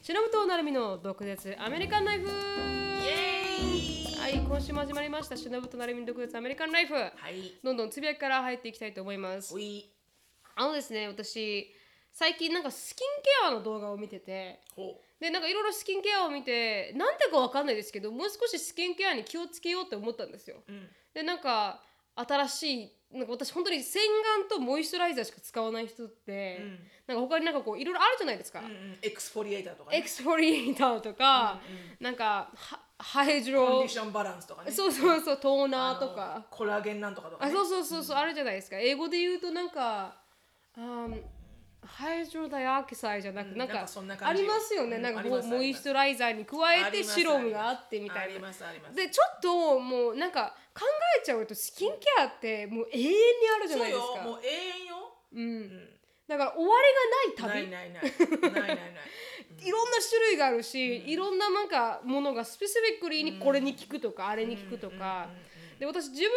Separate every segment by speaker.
Speaker 1: しのぶとなるみの独舌アメリカンライフはい今週も始まりましたしのぶとなるみの独舌アメリカンライフ
Speaker 2: はい。
Speaker 1: どんどんつぶやきから入っていきたいと思います
Speaker 2: おい。
Speaker 1: あのですね私最近なんかスキンケアの動画を見てて
Speaker 2: ほ
Speaker 1: でなんかいろいろスキンケアを見てなんでかわかんないですけどもう少しスキンケアに気をつけようって思ったんですよ
Speaker 2: う。うん。
Speaker 1: でなんか新しいなんか私本当に洗顔とモイスチュライザーしか使わない人って、なんか他になんかこういろいろあるじゃないですか、
Speaker 2: うんうん。エクスフォリエーターとか、ね。
Speaker 1: エクスフォリエーターとか、なんかはハエジロ
Speaker 2: コンディションバランスとかね。
Speaker 1: そうそうそうトーナーと
Speaker 2: あの
Speaker 1: か
Speaker 2: コラーゲンなんとかとか、
Speaker 1: あ
Speaker 2: ね。
Speaker 1: そうそうそうそうあるじゃないですか英語で言うとなんかあーハイジロダイアキサイじゃなく、
Speaker 2: うん
Speaker 1: なんか
Speaker 2: なんかそんな
Speaker 1: あ
Speaker 2: 感じ
Speaker 1: りますよね、
Speaker 2: うん
Speaker 1: なんか
Speaker 2: ありますあります
Speaker 1: モイスチュライザーに加え
Speaker 2: あり
Speaker 1: て
Speaker 2: ます
Speaker 1: シロムがあってみた
Speaker 2: あ
Speaker 1: い
Speaker 2: り
Speaker 1: な
Speaker 2: ますあります。
Speaker 1: でちょっともうなんか考えちゃうとスキンケアってもう永遠にあるじゃ
Speaker 2: そ
Speaker 1: な
Speaker 2: う
Speaker 1: いです
Speaker 2: よ
Speaker 1: か。
Speaker 2: もう永遠よ。
Speaker 1: うん
Speaker 2: うん。
Speaker 1: だから終わりがな
Speaker 2: ないい
Speaker 1: 旅
Speaker 2: ないない。ないないない。
Speaker 1: いろんな種類があるし、いろんななんかものがスペシフィックリーにこれに効くとか、あれに効くとか、で私自分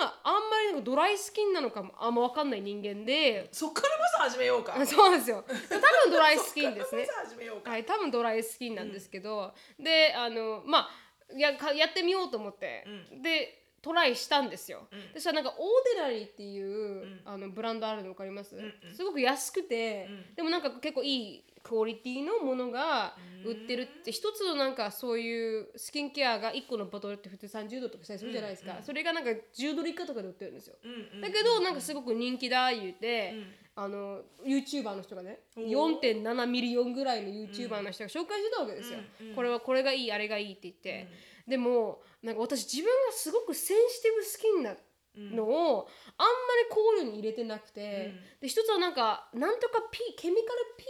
Speaker 1: があんまりなんかドライスキンなのかもあんま分かんない人間で、
Speaker 2: そっからまず始めようか。
Speaker 1: あそうなんですよ多分ドライスキンですね
Speaker 2: そっからまず始めようか。
Speaker 1: はい、多分ドライスキンなんですけど、であのまあやかやってみようと思って、でトライしたんですよ、
Speaker 2: うん
Speaker 1: そしたらなんかオーデナリーっていう、
Speaker 2: ん
Speaker 1: あのブランドあるの分かります、
Speaker 2: んうん
Speaker 1: すごく安くて、
Speaker 2: うん
Speaker 1: でもなんか結構いいクオリティのものが売ってるって一つのなんかそういうスキンケアが1個のボトルって普通30ドルとかしたりするじゃないですか、それがなんか10ドル以下とかで売ってるんですよ、
Speaker 2: うんうん。
Speaker 1: だけどなんかすごく人気だ言うて、
Speaker 2: うん
Speaker 1: あの YouTuber の人がね
Speaker 2: おー
Speaker 1: 4.7ミリオンぐらいの YouTuber の人が紹介してたわけですよ、
Speaker 2: うんうん
Speaker 1: これはこれがいいあれがいいって言って、でもなんか私自分がすごくセンシティブスキンなのをあんまり考慮に入れてなくて、で一つはなんかなんとかピケミカル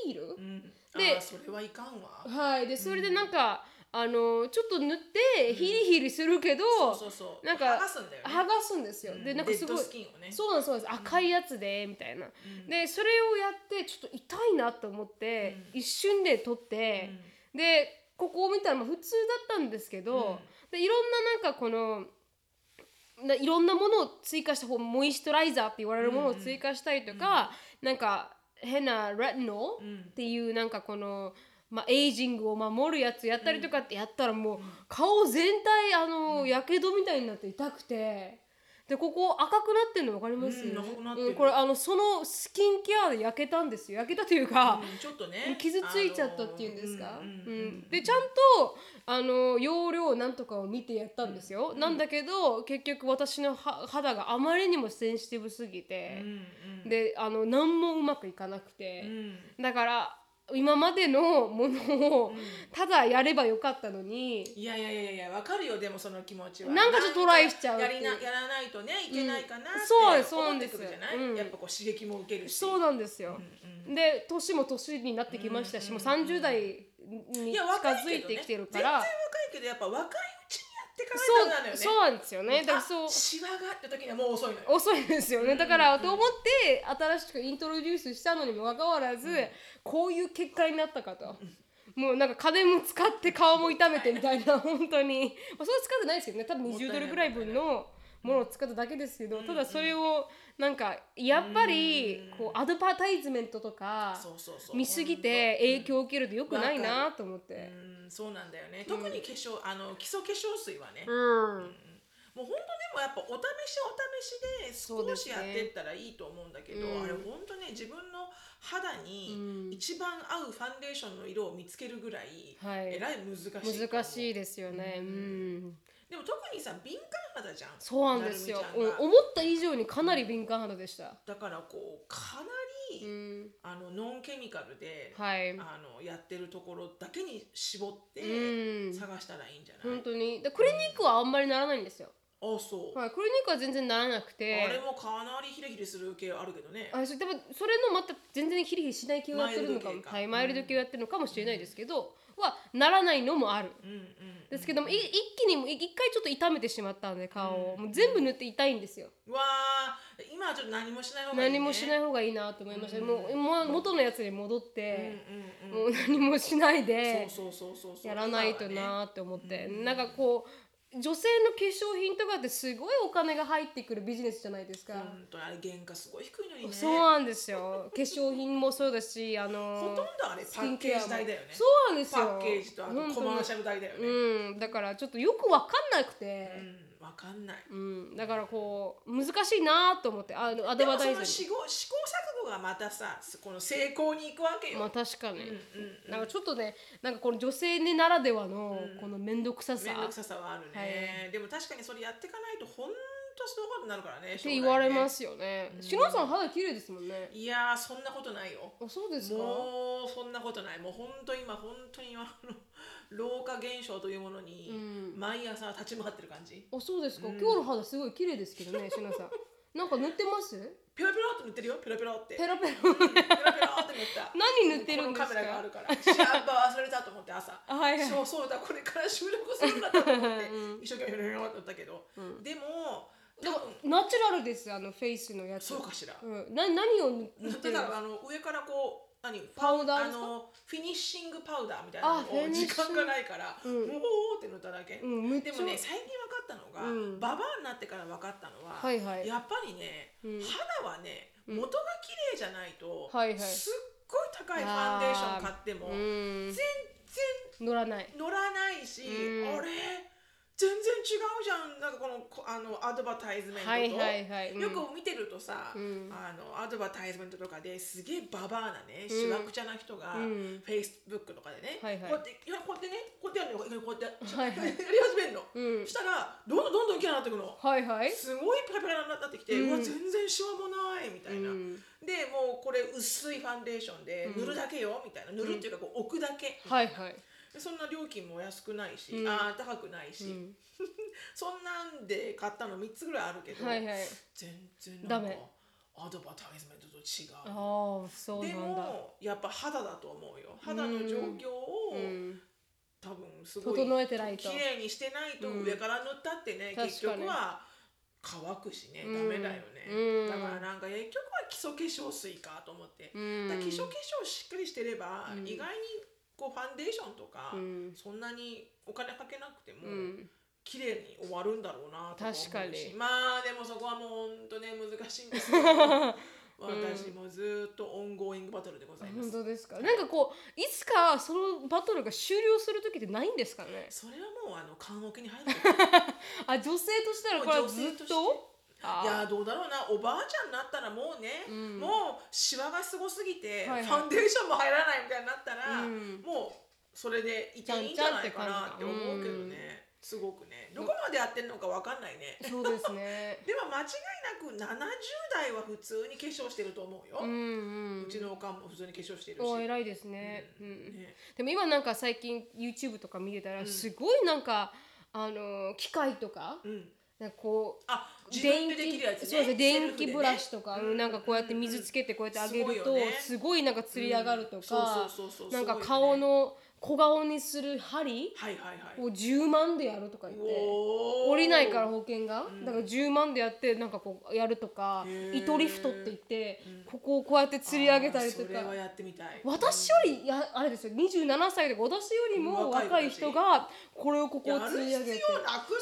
Speaker 1: ピール、
Speaker 2: うん。
Speaker 1: で
Speaker 2: で、それはいかんわ。
Speaker 1: はいでそれでなんか、あのちょっと塗ってヒリヒリするけど、
Speaker 2: そうそうそう。
Speaker 1: なんか
Speaker 2: 剥がすんだよ
Speaker 1: 剥
Speaker 2: ね。
Speaker 1: がすんですよ、
Speaker 2: うん
Speaker 1: でなんかすごい
Speaker 2: デッドスキンをね
Speaker 1: そうなんですそうなんです赤いやつでみたいな、でそれをやってちょっと痛いなと思って、一瞬で取って、でここを見たらまあ普通だったんですけど、でいろんななんかこのないろんなものを追加した方モイストライザーって言われるものを追加したりとか、なんか変なレテノールっていうなんかこの、まあ、エイジングを守るやつやったりとかってやったらもう顔全体あのやけどみたいになって痛くて。でここ赤くなってるの分かります、
Speaker 2: うん赤くなってる
Speaker 1: これあのそのスキンケアで焼けたんですよ焼けたというか、
Speaker 2: うんちょっとね。
Speaker 1: 傷ついちゃったっていうんですか、
Speaker 2: あ
Speaker 1: うん
Speaker 2: のーうんうんうん
Speaker 1: でちゃんとあの容量なんとかを見てやったんですよ、なんだけど結局私のは肌があまりにもセンシティブすぎ
Speaker 2: う
Speaker 1: て、
Speaker 2: んうん
Speaker 1: であの何もうまくいかなく
Speaker 2: う
Speaker 1: て、
Speaker 2: ん。
Speaker 1: だから今までのものをただやればよかったのに、
Speaker 2: いやいやいやいやわかるよでもその気持ちは
Speaker 1: なんかちょっとトライしちゃうって
Speaker 2: や
Speaker 1: いう
Speaker 2: りなやらないとねいけないかなって
Speaker 1: うんそう
Speaker 2: 思ってくるじゃない、
Speaker 1: そうなんですうん
Speaker 2: やっぱこう刺激も受けるし
Speaker 1: そうなんですよ、
Speaker 2: うん
Speaker 1: で年も年になってきましたし、もう30代に
Speaker 2: い
Speaker 1: 近
Speaker 2: や若いけど、
Speaker 1: づ
Speaker 2: ね、
Speaker 1: いてきてるから、
Speaker 2: 全然若いけどやっぱ若いうちにやってか
Speaker 1: そう
Speaker 2: ないとダメなんだよね
Speaker 1: そうなんですよねだからそう
Speaker 2: あシワがあった時にはもう遅いのよ
Speaker 1: 遅いですよねだからと思って新しくイントロデュースしたのにもかかわらずこういう結果になったかと。もうなんか金も使って顔も痛めてみたいな本当にまあそれは使ってないですけどね多分20ドルぐらい分のものを使っただけですけどただそれをなんかやっぱりこうアドバタイズメントとか
Speaker 2: そうそうそう
Speaker 1: 見すぎて影響を受けるとよくないなと思って
Speaker 2: うんそうなんだよね特に化粧、あの基礎化粧水はね、
Speaker 1: うん
Speaker 2: もう本当でもやっぱお試しお試し
Speaker 1: そうで
Speaker 2: です少し
Speaker 1: ね
Speaker 2: やってったらいいと思うんだけど、
Speaker 1: うん
Speaker 2: あれ本当ね自分の
Speaker 1: うん
Speaker 2: 肌に一番合うファンデーションの色を見つけるぐらい、
Speaker 1: はい
Speaker 2: えらい難しいと思う
Speaker 1: 難しいですよねうん
Speaker 2: でも特にさ敏感肌じゃん
Speaker 1: そうなんですよ
Speaker 2: な。
Speaker 1: う
Speaker 2: るみ
Speaker 1: ん
Speaker 2: ちゃんが
Speaker 1: 思った以上にかなり敏感肌でした。
Speaker 2: だからこうかなり、
Speaker 1: うん、
Speaker 2: あのノンケミカルで、
Speaker 1: はい。
Speaker 2: あのやってるところだけに絞って
Speaker 1: うん
Speaker 2: 探したらいいんじゃない、
Speaker 1: 本当に。でクリニックはあんまりならないんですよ。
Speaker 2: あそう、
Speaker 1: はい、クリニックは全然ならなくて
Speaker 2: あ。れもかなりヒレヒレする系あるけどね
Speaker 1: あそうでもそれのまた全然ヒリヒリしない系をやってるのか
Speaker 2: マイル
Speaker 1: も
Speaker 2: ド系か
Speaker 1: はい、マイルド系をやってるのかもしれないですけど、はならないのもある
Speaker 2: うんうん
Speaker 1: ですけども、い一気にもい一回ちょっと痛めてしまったんで顔を、もう全部塗って痛いんですよ、
Speaker 2: わあ今はちょっと何もしない方がいい、ね、
Speaker 1: 何もしない方がいいなと思いました、もうもう元のやつに戻っ
Speaker 2: うん
Speaker 1: て、
Speaker 2: うん
Speaker 1: もう何もしないで
Speaker 2: うん、そうそうそうそうそう
Speaker 1: やらないと
Speaker 2: 今はね
Speaker 1: なーって思って、なんかこう女性の化粧品とかってすごいお金が入ってくるビジネスじゃないですか、
Speaker 2: 本当にあれ原価すごい低いのにね
Speaker 1: そうなんですよ化粧品もそうだしあの
Speaker 2: ほとんどあれパッケージ代だよね
Speaker 1: そうなんです
Speaker 2: パ
Speaker 1: よ
Speaker 2: ッケージとあとコマーシャル代だよね
Speaker 1: うんだからちょっとよくわかんなくて、
Speaker 2: うんわかんない
Speaker 1: うん、だからこう難しいなと思ってあのア
Speaker 2: で
Speaker 1: ド
Speaker 2: も
Speaker 1: バ
Speaker 2: そ
Speaker 1: タイ
Speaker 2: の
Speaker 1: ザー
Speaker 2: 試行試行錯誤がまたさこの成功に行くわけ
Speaker 1: に
Speaker 2: よ、
Speaker 1: まあ確かに、
Speaker 2: うんうん
Speaker 1: なんかちょっとねなんかこの女性ねならではのこの面倒くささ
Speaker 2: 面倒く
Speaker 1: っ
Speaker 2: ささはあるね、でも確かにそれやっていかないとほんとそういうことになるからねって
Speaker 1: 言われますすよね篠原さん肌綺麗ですもんね
Speaker 2: いやーそんなことないよ
Speaker 1: あそうですか
Speaker 2: もうそんなことないもう本当今本当に今 あの老化現象というものに
Speaker 1: うん
Speaker 2: 毎朝立ち回ってる感じ
Speaker 1: あそうですか、今日の肌すごい綺麗ですけ どね篠原さんなんか塗ってます
Speaker 2: ペロペロって塗ってるよペロペロって
Speaker 1: ペラペ ラ
Speaker 2: ペロペロって塗った
Speaker 1: 何塗ってるんですか
Speaker 2: このカメラがあるからシャンパー忘れたと思って朝
Speaker 1: あはいはい
Speaker 2: そうそうだこれから収録するんだと思って一生懸命やったんだけど、でも
Speaker 1: で
Speaker 2: 多
Speaker 1: も
Speaker 2: 分
Speaker 1: ナチュラルですあのフェイスのやつ
Speaker 2: そうかしら、
Speaker 1: うん、な何を塗塗
Speaker 2: だ
Speaker 1: ってる
Speaker 2: からあの上からこう何
Speaker 1: パウダー
Speaker 2: あ
Speaker 1: ですか
Speaker 2: のフィニッシングパウダーみたいな
Speaker 1: あフィ
Speaker 2: のを
Speaker 1: ニッシン
Speaker 2: 時
Speaker 1: グ
Speaker 2: 間がないから、
Speaker 1: うん
Speaker 2: もうおーって塗っただけ、
Speaker 1: うんめっち
Speaker 2: で
Speaker 1: ゃ
Speaker 2: もね最近分かったのが、
Speaker 1: うん
Speaker 2: ババアになってから分かったのは、
Speaker 1: はいはい
Speaker 2: やっぱりね、
Speaker 1: うん
Speaker 2: 肌はね元が綺麗じゃないと、
Speaker 1: はいはい
Speaker 2: すっごい高いファンデーション買っても、
Speaker 1: うん
Speaker 2: 全然
Speaker 1: 乗らない
Speaker 2: 乗らないし、
Speaker 1: うん
Speaker 2: あれ全然違うじゃんなんかこのこあのアドバタイズメントと、
Speaker 1: はいはいはいうん
Speaker 2: よく見てるとさ、
Speaker 1: うん
Speaker 2: あのアドバタイズメントとかですげえババアな
Speaker 1: うん
Speaker 2: ねしわくちゃな人が、
Speaker 1: うん
Speaker 2: フェイスブックとかでね、
Speaker 1: はいはい
Speaker 2: こうやっていやこうやってねこうやってやるのよこうやって、
Speaker 1: はいはい
Speaker 2: やり始め
Speaker 1: う
Speaker 2: るの、
Speaker 1: ん
Speaker 2: したらどんどんどんどん嫌になってくの。
Speaker 1: はいはい
Speaker 2: すごいペラペラになってきて、
Speaker 1: う
Speaker 2: うんわ全然シワもないみたいな、
Speaker 1: うん
Speaker 2: でもうこれ薄いファンデーションで塗るだけよみたいな、塗るっていうかこう置くだけ、
Speaker 1: はいはい
Speaker 2: でそんな料金も安くないし、
Speaker 1: うん
Speaker 2: あー高くないし、
Speaker 1: うん
Speaker 2: そんなんで買ったの3つぐらいあるけど、
Speaker 1: はいはい
Speaker 2: 全然なん
Speaker 1: ダ
Speaker 2: か
Speaker 1: メ
Speaker 2: アドバタイズメントと違う
Speaker 1: ああそう
Speaker 2: で
Speaker 1: なんだ
Speaker 2: もやっぱ肌だと思うよ肌の状況を、
Speaker 1: うん
Speaker 2: 多分すごい
Speaker 1: 整えてないと
Speaker 2: 綺麗にしてないと
Speaker 1: うん
Speaker 2: 上から塗ったってね、
Speaker 1: 確かに
Speaker 2: 結局は乾くしね、
Speaker 1: うん
Speaker 2: ダメだよね、
Speaker 1: うん
Speaker 2: だからなんか結局は基礎化粧水かと思って、
Speaker 1: うん
Speaker 2: だから基礎化粧しっかりしてれば、
Speaker 1: うん
Speaker 2: 意外にこうファンデーションとか、
Speaker 1: うん
Speaker 2: そんなにお金かけなくても、
Speaker 1: うん
Speaker 2: 綺麗に終わるんだろうなとか思うし
Speaker 1: 確かに
Speaker 2: まあでもそこはもうほんとね難しいんで すけど私もずっとオンゴーイングバトルでございます、
Speaker 1: 本当ですかなんかこういつかそのバトルが終了する時ってないんですかね
Speaker 2: それはもうあの棺桶に入る
Speaker 1: あ女性としたら これはずっ
Speaker 2: もう女性として
Speaker 1: と
Speaker 2: いや
Speaker 1: あ
Speaker 2: ーどうだろうなおばあちゃんになったらもうね、
Speaker 1: うん
Speaker 2: もうシワがすごすぎて、
Speaker 1: はいはい
Speaker 2: ファンデーションも入らないみたいになったら、
Speaker 1: うん
Speaker 2: もうそれでいていいんじゃないかなって思う
Speaker 1: ちゃん
Speaker 2: けど
Speaker 1: ちゃんって感じ
Speaker 2: ね、すごくねどこまでやってんのかわかんないね
Speaker 1: ーそうですね
Speaker 2: でも間違いなく70代は普通に化粧してると思うよ、
Speaker 1: うん
Speaker 2: う
Speaker 1: うん
Speaker 2: ちのおかんも普通に化粧してるし、
Speaker 1: お偉いですねうん
Speaker 2: ね
Speaker 1: でも今なんか最近 YouTube とか見てたらすごいなんかあのー機械とか
Speaker 2: うん、
Speaker 1: なんかこう
Speaker 2: あ自分でできるやつね
Speaker 1: そうですね
Speaker 2: セル
Speaker 1: 電
Speaker 2: フで
Speaker 1: 気
Speaker 2: ね
Speaker 1: ブラシとか、
Speaker 2: うん
Speaker 1: なんかこうやって水つけてこうやってあげる
Speaker 2: す
Speaker 1: と、
Speaker 2: ごいよね
Speaker 1: すごいなんかつり上がると
Speaker 2: う
Speaker 1: か
Speaker 2: んそうそうそうそう
Speaker 1: なんか
Speaker 2: すごいよ
Speaker 1: 顔
Speaker 2: ね
Speaker 1: の小顔にする針
Speaker 2: はいはいは
Speaker 1: を10万でやるとか言
Speaker 2: い
Speaker 1: って
Speaker 2: おー
Speaker 1: 降りないから保険が、
Speaker 2: ん
Speaker 1: だから10万でやってなんかこうやるとか
Speaker 2: へー
Speaker 1: 糸リフトって言って、
Speaker 2: うん
Speaker 1: ここをこうやって釣り上げたりと
Speaker 2: あーそれは
Speaker 1: か。
Speaker 2: やってみたい
Speaker 1: 私よりやあれですよ27歳で私よりも若
Speaker 2: 若
Speaker 1: い
Speaker 2: い
Speaker 1: 人がこれをここ
Speaker 2: や
Speaker 1: を
Speaker 2: る
Speaker 1: 釣り
Speaker 2: 必
Speaker 1: 上げ
Speaker 2: 要な
Speaker 1: て
Speaker 2: くない
Speaker 1: そう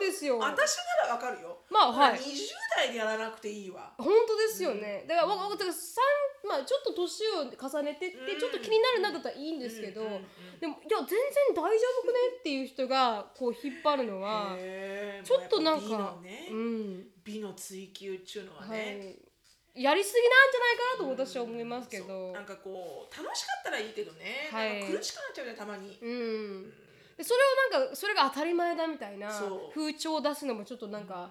Speaker 1: なんですよ
Speaker 2: 私ならわかるよ
Speaker 1: まあはい
Speaker 2: 20代でやらなくていいわ
Speaker 1: 本当ですよね、だからわわだから三まあちょっと年を重ねてって
Speaker 2: うん
Speaker 1: ちょっと気になるなだったらいいんですけど、
Speaker 2: うんうんうん
Speaker 1: でもいや全然大丈夫くねっていう人がこう引っ張るのは
Speaker 2: へー
Speaker 1: ちょっとなん
Speaker 2: もうやっ
Speaker 1: か
Speaker 2: ぱ美のね、
Speaker 1: うん
Speaker 2: 美の追求っていうのは
Speaker 1: は
Speaker 2: ね、
Speaker 1: い、やりすぎなんじゃないかなと私は思いますけ
Speaker 2: そ
Speaker 1: ど
Speaker 2: うなんかこう楽しかったらいいけどね、
Speaker 1: はい
Speaker 2: なんか苦しくなっちゃうじゃんたまに、
Speaker 1: うんでそれをなんかそれが当たり前だみたいな
Speaker 2: そう
Speaker 1: 風潮を出すのもちょっとなんか、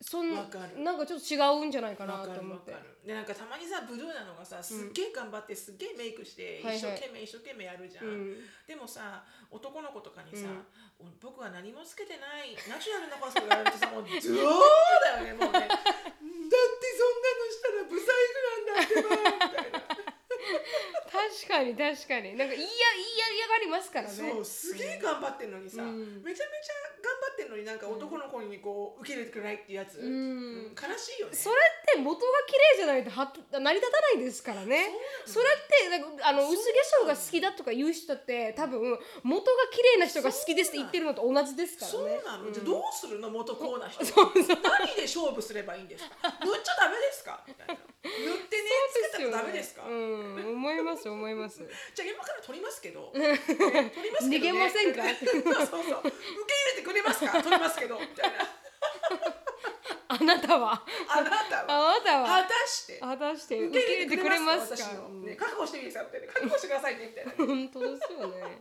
Speaker 1: そん
Speaker 2: わかる
Speaker 1: なんかちょっと違うんじゃないかな
Speaker 2: わか
Speaker 1: と
Speaker 2: る
Speaker 1: 思
Speaker 2: わ
Speaker 1: っ
Speaker 2: か
Speaker 1: て
Speaker 2: るでなんかたまにさブルーなのがさすっげえ頑張ってすっげえメイクして、
Speaker 1: はいはい
Speaker 2: 一生懸命一生懸命やるじゃん、
Speaker 1: うん
Speaker 2: でもさ男の子とかにさ、
Speaker 1: う
Speaker 2: お僕は何もつけてないナチュラルなマスクやられて さもうどうだよねもうねだってそんなのしたらブサイクなんだ ってばみたいな
Speaker 1: 確かに確かになんか言いや言いやりやがりますからね
Speaker 2: そうすげえ頑張ってんのにさ、
Speaker 1: うん
Speaker 2: めちゃめちゃ頑張ってんんのになんか男の子にこう受け入れてくれないっていうやつ、
Speaker 1: うん
Speaker 2: 悲しいよね
Speaker 1: それって元が綺麗じゃないとは成り立たないですからねそれってなんかあの薄化粧が好きだとか言う人って多分元が綺麗な人が好きですって言ってるのと同じですから
Speaker 2: そう
Speaker 1: ね
Speaker 2: なの、
Speaker 1: うん
Speaker 2: じゃあどうするの元コーな 人
Speaker 1: そうそう
Speaker 2: 何で勝負すればいいんですか塗っちゃダメですかみたいな塗ってねつけたらダメですか、
Speaker 1: うん、思います思い ます。
Speaker 2: じゃあ今から取ります けど、ね、取りますけど、ね、
Speaker 1: 逃げませんか
Speaker 2: そうそうそう受け入れてくれま すか取りますけどみたいな
Speaker 1: あなたは、
Speaker 2: あなたは
Speaker 1: あなた
Speaker 2: 果
Speaker 1: は、
Speaker 2: たして
Speaker 1: 果たして
Speaker 2: 受
Speaker 1: 受
Speaker 2: け
Speaker 1: け入れて
Speaker 2: 入れてく
Speaker 1: く
Speaker 2: れ
Speaker 1: れ
Speaker 2: ま
Speaker 1: ますす
Speaker 2: か
Speaker 1: か。
Speaker 2: 私を、ね、覚悟してみてくださいみたいな覚悟してくださいねみたいな
Speaker 1: 本当ですよね。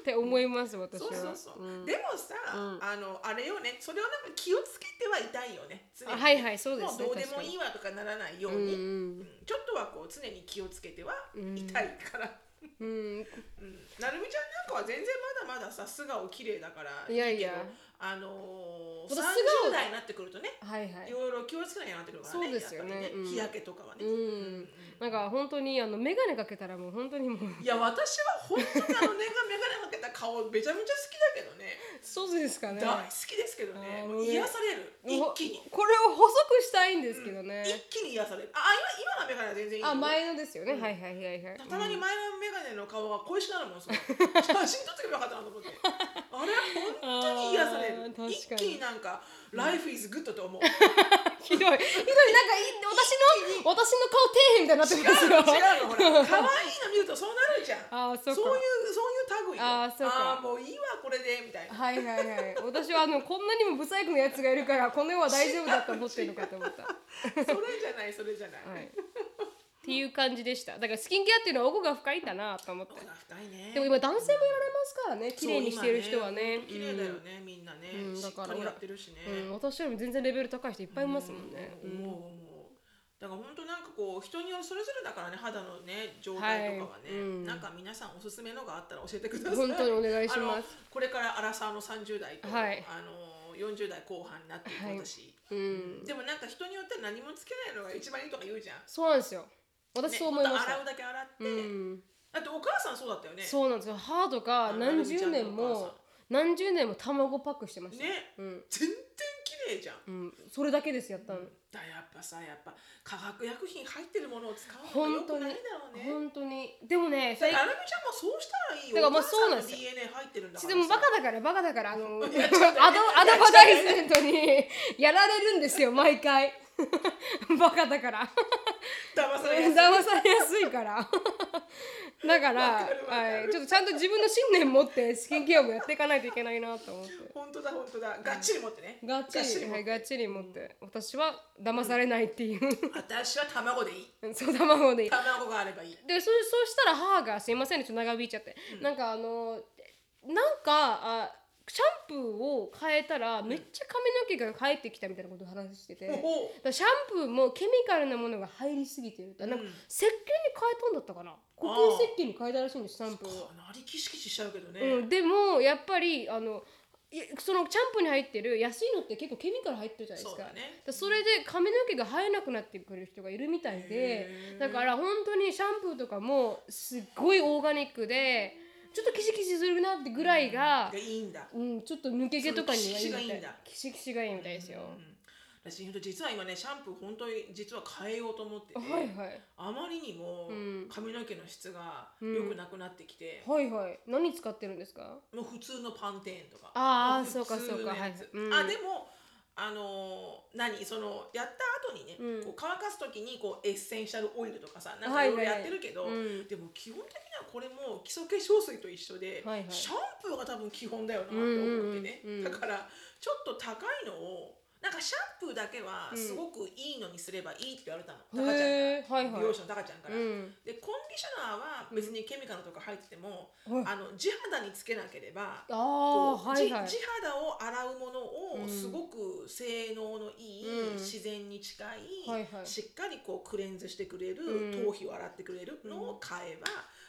Speaker 1: って思います私
Speaker 2: そう
Speaker 1: は。
Speaker 2: そうそう、
Speaker 1: ん
Speaker 2: でもさ、
Speaker 1: うん
Speaker 2: あのあれよねそれをなんか気をつけてはいたいよね常に
Speaker 1: あ
Speaker 2: ね
Speaker 1: はいはいそうですね
Speaker 2: もうどうでもいいわとかならないよう
Speaker 1: うん
Speaker 2: に、うんちょっとはこう常に気をつけてはいたいから、
Speaker 1: うんうん
Speaker 2: うんなるみちゃんなんかは全然まだまださ素顔綺麗だから
Speaker 1: いやいや
Speaker 2: けどあのー、
Speaker 1: まだ素
Speaker 2: 30
Speaker 1: 顔
Speaker 2: 代になってくるとね
Speaker 1: はいはい
Speaker 2: い。ろいろ気をつけないなってくるからね
Speaker 1: そうですよね
Speaker 2: やっぱり
Speaker 1: うん
Speaker 2: 日焼けとかはね、
Speaker 1: うん。なんか本当にあのメガネかけたらもう本当にもう
Speaker 2: いや私は本当にあのね眼鏡かけた顔めちゃめちゃ好きだけどね
Speaker 1: そうです かね。
Speaker 2: 大好きですけどね
Speaker 1: あー
Speaker 2: もう癒される一
Speaker 1: ほ
Speaker 2: 気に、
Speaker 1: これを細くしたいんですけどね。
Speaker 2: 一気に癒されるあ今今の眼鏡は全然いいよ
Speaker 1: あ前のですよね。
Speaker 2: うん
Speaker 1: はいはいはいはい。
Speaker 2: たまに前の眼鏡の顔が恋しくなるも んその写真撮ってけばよかったなと思ってあれ本当に癒され
Speaker 1: あ
Speaker 2: る
Speaker 1: ー確かに
Speaker 2: 一気になんか「Life is good」と思う
Speaker 1: ひどいひどいなんかい私の私の顔底辺みたいになって
Speaker 2: 違う
Speaker 1: ますよ。
Speaker 2: の違うのほら可愛いの見るとそうなるじゃん
Speaker 1: あーそ
Speaker 2: そうういう
Speaker 1: か
Speaker 2: そういう類よ
Speaker 1: あーそうか
Speaker 2: あーもういいわこれで みたいな
Speaker 1: はいはいはい私はあのこんなにもブサイクなやつがいるからこの世は大丈夫だと思ってるのかと思った、は
Speaker 2: それじゃないそれじゃない、
Speaker 1: い、っていう感じでしただからスキンケアっていうのは奥が深いんだなと思って
Speaker 2: 奥が深いね
Speaker 1: でも今男性もやられますからね綺麗にしてる人はね
Speaker 2: そう今ね本当綺麗だよね、みんなね、
Speaker 1: うん
Speaker 2: し
Speaker 1: だ
Speaker 2: っか
Speaker 1: から
Speaker 2: りやってるしね、
Speaker 1: うん、うん、私よりも全然レベル高い人いっぱいいますもんね、
Speaker 2: う
Speaker 1: うんん
Speaker 2: 思う思うだから本当なんかこう人によるそれぞれだからね肌のね状態とかはね、
Speaker 1: はいうん
Speaker 2: なんか皆さんおすすめのがあったら教えてください
Speaker 1: 本当にお願いし
Speaker 2: あ
Speaker 1: ま
Speaker 2: の
Speaker 1: す
Speaker 2: これからアラサーの30代と、
Speaker 1: はい
Speaker 2: あの40代後半になっていく
Speaker 1: はい
Speaker 2: 私、
Speaker 1: うん
Speaker 2: でもなんか人によっては何もつけないのが一番いいとか言うじゃん
Speaker 1: そうなんですよ私そう思いまし
Speaker 2: ね
Speaker 1: た、
Speaker 2: 本当洗うだけ洗って、
Speaker 1: うん
Speaker 2: だってお母さんそうだったよね
Speaker 1: そうなんですよ歯とか
Speaker 2: あ
Speaker 1: 何十年
Speaker 2: なるみちゃんのお母
Speaker 1: も
Speaker 2: さ
Speaker 1: 何十年も卵パックしてました、
Speaker 2: ね
Speaker 1: うん
Speaker 2: 全然綺麗じゃん
Speaker 1: うん、それだけですやったの、
Speaker 2: だやっぱさやっぱ化学薬品入ってるものを使うのが良
Speaker 1: 本
Speaker 2: く
Speaker 1: 当に
Speaker 2: ないだろうね
Speaker 1: 本当にでもね
Speaker 2: だ
Speaker 1: 最
Speaker 2: か
Speaker 1: 近
Speaker 2: らアルミちゃんもそうしたらいいよ。
Speaker 1: だからまあそうなん
Speaker 2: お母
Speaker 1: です
Speaker 2: さ
Speaker 1: よ
Speaker 2: の DNA 入ってるんだ
Speaker 1: ち
Speaker 2: か
Speaker 1: ょ
Speaker 2: ら
Speaker 1: で
Speaker 2: さ。
Speaker 1: もバカだからバカだからあのアドアド
Speaker 2: やちょっとね
Speaker 1: バタイズメントにやられるんですよ毎回バカだから
Speaker 2: 騙されや
Speaker 1: 騙
Speaker 2: すい
Speaker 1: されやすいからだから
Speaker 2: わかるわかる
Speaker 1: はい、ちょっとちゃんと自分の信念持ってスキンケアもやっていかないといけないなと思って
Speaker 2: 本当だ本当だ。がっちり持ってね。
Speaker 1: がっちり
Speaker 2: 持
Speaker 1: は
Speaker 2: っ
Speaker 1: い、
Speaker 2: て
Speaker 1: がっちり持って私は騙されないっていう
Speaker 2: 私は卵でいい。
Speaker 1: そう卵でいい
Speaker 2: 卵があればいい。
Speaker 1: でそそうしたら母が「すいませんねちょっと長引いちゃって、なんかあのなんかあシャンプーを変えたらめっちゃ髪の毛が生えてきたみたいなことを話してて、
Speaker 2: お
Speaker 1: だか
Speaker 2: お。
Speaker 1: らシャンプーもケミカルなものが入りすぎてるとなんか
Speaker 2: うん
Speaker 1: 石鹸に変えたんだったかな固形石鹸に変えたらしいんですシャンプーを
Speaker 2: か、なりキシキシしちゃうけどね。
Speaker 1: うん、でもやっぱりあのいそのシャンプーに入ってる安いのって結構ケミカル入ってるじゃないです
Speaker 2: そう
Speaker 1: か
Speaker 2: だね。
Speaker 1: だそれで髪の毛が生えなくなってくる人がいるみたいで
Speaker 2: へー
Speaker 1: だから本当にシャンプーとかもすっごいオーガニックでちょっとキシキシするなってぐらいが
Speaker 2: が、いいんだ。
Speaker 1: うん、ちょっと抜け毛とかにはいいみた
Speaker 2: そのキシキシがいいん
Speaker 1: い
Speaker 2: だ
Speaker 1: キシキシがいいみたいですよ、
Speaker 2: うん私本当実は今ねシャンプー本当に実は変えようと思ってて、
Speaker 1: はいはい
Speaker 2: あまりにも
Speaker 1: うん
Speaker 2: 髪の毛の質が
Speaker 1: うん
Speaker 2: 良くなくなってきて、
Speaker 1: はいはい何使ってるんですか
Speaker 2: もう普通のパンテーンとか
Speaker 1: あー
Speaker 2: も普通の
Speaker 1: そうかそうか
Speaker 2: や
Speaker 1: はい
Speaker 2: つ
Speaker 1: うん
Speaker 2: あでもあのー何そのやった後にね、
Speaker 1: うん
Speaker 2: こう乾かす時にこうエッセンシャルオイルとかさなん
Speaker 1: は
Speaker 2: かい
Speaker 1: い
Speaker 2: ろ
Speaker 1: はいい
Speaker 2: ろやってるけど、
Speaker 1: うん
Speaker 2: でも基本的にはこれも基礎化粧水と一緒で、
Speaker 1: はいはい
Speaker 2: シャンプーが多分基本だよなと思ってね、
Speaker 1: うんうんうんうん
Speaker 2: だからちょっと高いのをなんかシャンプーだけはすごくいいのにすればいいって言われたの、タカちゃんから
Speaker 1: へえはいはい
Speaker 2: 美容師のタカちゃんから。
Speaker 1: うん
Speaker 2: でコンディショナーは別にケミカルとか入ってても、
Speaker 1: はい
Speaker 2: あの地肌につけなけれ
Speaker 1: あ
Speaker 2: ばこ
Speaker 1: あは
Speaker 2: う
Speaker 1: いはい
Speaker 2: じ地肌を洗うもの
Speaker 1: う
Speaker 2: を
Speaker 1: ん
Speaker 2: すごく性能のいい、
Speaker 1: うん
Speaker 2: 自然に近い、
Speaker 1: はいはい
Speaker 2: しっかりこうクレンズしてくれる、
Speaker 1: うん
Speaker 2: 頭皮を洗ってくれるのを買えば、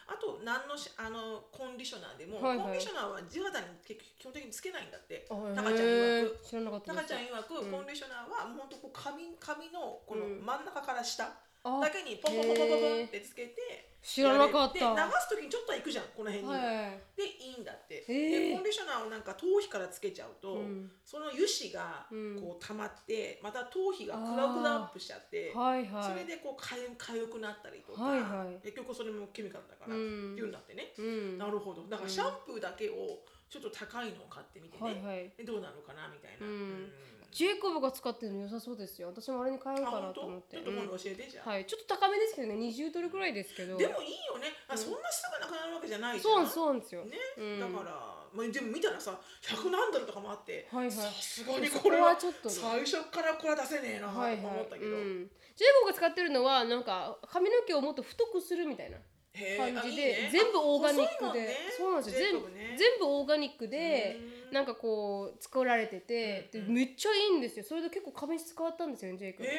Speaker 2: あと何のしあのコンディショナーでも、
Speaker 1: はいはい
Speaker 2: コンディショナーは地肌に結基本的につけないんだって
Speaker 1: あへえ
Speaker 2: タカちゃん曰く。
Speaker 1: 知らなかった
Speaker 2: タ
Speaker 1: で
Speaker 2: カ
Speaker 1: す
Speaker 2: ちゃん曰く、
Speaker 1: うん
Speaker 2: コンディショナーはもうほんとこう髪髪のこの
Speaker 1: うん
Speaker 2: 真ん中から下
Speaker 1: あ
Speaker 2: だけにポンポンポンポンポンってつけて
Speaker 1: 知らなかった
Speaker 2: で流す時にちょっとは行くじゃんこの辺にも、
Speaker 1: はい
Speaker 2: でいいんだって、
Speaker 1: へえ
Speaker 2: でコンディショナーをなんか頭皮からつけちゃうと、
Speaker 1: うん
Speaker 2: その油脂が
Speaker 1: うん
Speaker 2: こう溜まってまた頭皮がクラクラアップしちゃって、
Speaker 1: はいはい
Speaker 2: それでこうかゆかゆくなったりとか、
Speaker 1: はいはい
Speaker 2: 結局それもケミカルだから、
Speaker 1: うん
Speaker 2: っていうんだってね、
Speaker 1: うん
Speaker 2: なるほどだからシャンプーだけをちょっと高いのを買ってみてね、
Speaker 1: はいはい
Speaker 2: でどうなのかなみたいな、
Speaker 1: うん
Speaker 2: うん
Speaker 1: ジェイコブが使ってるの良さそうですよ私もあれに変えよう
Speaker 2: あ
Speaker 1: か
Speaker 2: 本
Speaker 1: なと
Speaker 2: 当
Speaker 1: 思って
Speaker 2: ちょっと今度教えてじゃあ、
Speaker 1: はい、ちょっと高めですけどね20ドルくらいですけど
Speaker 2: でもいいよねあ、そんなすぐなくなるわけじゃないじ
Speaker 1: そうなんで
Speaker 2: ゃん
Speaker 1: すそうなんですよ、
Speaker 2: ね、
Speaker 1: うん
Speaker 2: だから、まあ、でも見たらさ100何ドルとかもあって、
Speaker 1: はいはい
Speaker 2: さすがにこれは
Speaker 1: そこはちょっとね
Speaker 2: 最初からこれは出せねえなとか
Speaker 1: はいはい、
Speaker 2: 思ったけ
Speaker 1: う
Speaker 2: ど、
Speaker 1: ん、ジェイコブが使ってるのはなんか髪の毛をもっと太くするみたいな
Speaker 2: へえ
Speaker 1: 感じで、
Speaker 2: あいいね
Speaker 1: 全部オーガニックで、
Speaker 2: あ
Speaker 1: そうなんですよ全
Speaker 2: 細いも
Speaker 1: 部
Speaker 2: んね全
Speaker 1: 全部オーガニックで
Speaker 2: うん
Speaker 1: なんかこう作られてて、
Speaker 2: うん
Speaker 1: でめっちゃいいんですよそれで結構髪質変わったんですよねジェイコ
Speaker 2: 部
Speaker 1: ブ、
Speaker 2: へ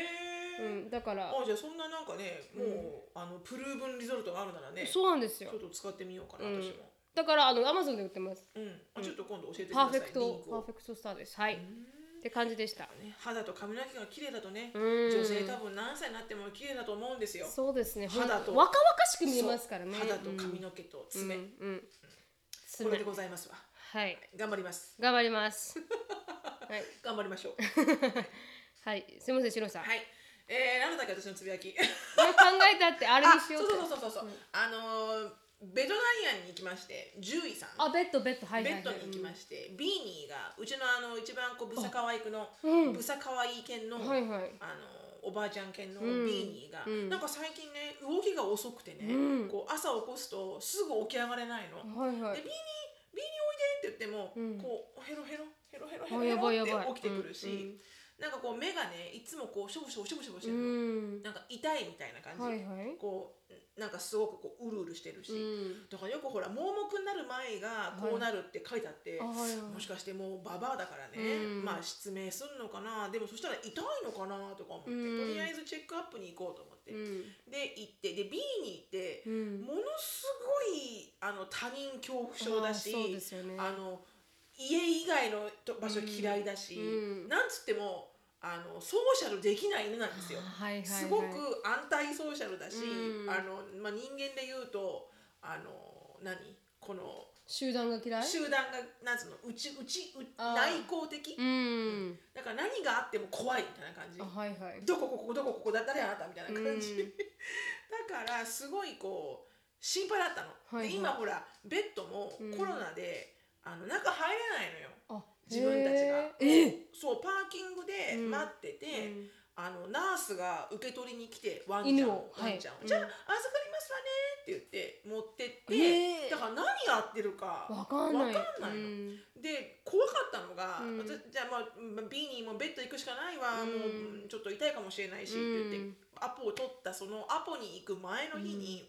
Speaker 2: え
Speaker 1: うん、だから
Speaker 2: あじゃあそんななんかねもう、あのプルーブンリゾルトがあるならねちょ
Speaker 1: そうなんですよ
Speaker 2: っと使ってみようかな、
Speaker 1: うん
Speaker 2: 私も
Speaker 1: だからあのアマゾンで売ってます
Speaker 2: うんあちょっと今度教えてくだ
Speaker 1: パ
Speaker 2: さい
Speaker 1: ーフェク
Speaker 2: リン
Speaker 1: ト
Speaker 2: ク
Speaker 1: パ
Speaker 2: を
Speaker 1: ーフェクトスターですはいって感じでした
Speaker 2: ね肌と髪の毛が綺麗だとね、
Speaker 1: うん
Speaker 2: 女性多分何歳になっても綺麗だと思うんですよ
Speaker 1: そうですねほんと
Speaker 2: 肌と
Speaker 1: 若々しく見えますからね
Speaker 2: そう肌と髪の毛と爪、
Speaker 1: うんうんうん
Speaker 2: これで
Speaker 1: 爪
Speaker 2: ございますわ
Speaker 1: はい
Speaker 2: 頑張ります
Speaker 1: 頑張り ます。はい、
Speaker 2: 頑張りましょう
Speaker 1: はい、すみません、しのさん。
Speaker 2: はいえー、なんだっけ私のつぶやき
Speaker 1: これ考えたって、あれにしよう
Speaker 2: あ
Speaker 1: って。
Speaker 2: そうそうそうそうそう、あのーベトナリアンに行きまして獣医さん
Speaker 1: あ、ベッド、ベッド、はい、はい、
Speaker 2: ベ
Speaker 1: は
Speaker 2: ッ
Speaker 1: い。
Speaker 2: ドに行きまして、ビーニーがうちのあの一番こうブサ可愛くの、
Speaker 1: うん
Speaker 2: ブサ可愛い犬の、
Speaker 1: はいはい
Speaker 2: あのおばあちゃん犬のビ
Speaker 1: ん
Speaker 2: ーニーが、
Speaker 1: うん
Speaker 2: なんか最近ね動きが遅くてね、
Speaker 1: うん
Speaker 2: こう朝起こすとすぐ起き上がれないの、
Speaker 1: うんはい、は
Speaker 2: で
Speaker 1: い。
Speaker 2: ビーニービーニーおいでって言っても、
Speaker 1: うん
Speaker 2: こうヘロヘロヘロヘロ
Speaker 1: あやばい
Speaker 2: ヘロヘ
Speaker 1: やば
Speaker 2: ロ
Speaker 1: い
Speaker 2: って起きてくるし、
Speaker 1: うん
Speaker 2: なんかこう目がねいつもこうしょぼしょぼしょぼしょぼして
Speaker 1: う
Speaker 2: るの、
Speaker 1: ん。
Speaker 2: なんか痛いみたいな感じ、
Speaker 1: はい、はい。
Speaker 2: こうなんかすごくこううるうるしてるし、
Speaker 1: うん
Speaker 2: だからよくほら盲目になる前がこうなるって書いてあって、
Speaker 1: あはいはい
Speaker 2: もしかしてもうババアだからね、
Speaker 1: うん
Speaker 2: まあ失明すんのかなでもそしたら痛いのかなとか思って、
Speaker 1: うん
Speaker 2: とりあえずチェックアップに行こうと思って、
Speaker 1: うん。
Speaker 2: で行ってで B に行って、
Speaker 1: うん
Speaker 2: ものすごいあの他人恐怖症だし
Speaker 1: あーそうですよね
Speaker 2: あの家以外のと場所嫌いだし、
Speaker 1: うん
Speaker 2: なんつってもあのソーシャルできない犬なんですよ。
Speaker 1: あはい、はい。
Speaker 2: すごく
Speaker 1: はい
Speaker 2: アンタイソーシャルだし、
Speaker 1: うん
Speaker 2: あのまあ、人間で言うとあの何この
Speaker 1: 集団が嫌い。
Speaker 2: 集団がなんつうのうちうちう
Speaker 1: あー
Speaker 2: 内向的
Speaker 1: うん。
Speaker 2: だから何があっても怖いみたいな感じ
Speaker 1: あ、はい、はい。
Speaker 2: どこここどこここだ誰あなたみたいな感じ、
Speaker 1: うん
Speaker 2: だからすごいこう心配だったの、
Speaker 1: はいはい
Speaker 2: で今ほらベッドも
Speaker 1: うん
Speaker 2: コロナで、あの中入れないのよ
Speaker 1: あ、
Speaker 2: 自分たちが
Speaker 1: へーえ。
Speaker 2: そうパーキングで
Speaker 1: うん
Speaker 2: 待ってて、
Speaker 1: うん
Speaker 2: あのナースが受け取りに来てワンちゃん
Speaker 1: 犬
Speaker 2: ワ
Speaker 1: をはい
Speaker 2: ンちゃんを、
Speaker 1: うん
Speaker 2: じゃあ預かりますわねって言って持ってって、
Speaker 1: えー
Speaker 2: だから何が合ってるか
Speaker 1: わかんない。
Speaker 2: わかんないの
Speaker 1: うん
Speaker 2: で怖かったのが、
Speaker 1: うん
Speaker 2: 私じゃあまあまあ B にもベッド行くしかないわ、
Speaker 1: うん
Speaker 2: もううんちょっと痛いかもしれないしって言って、
Speaker 1: うん
Speaker 2: アポを取ったそのアポに行く前の日に、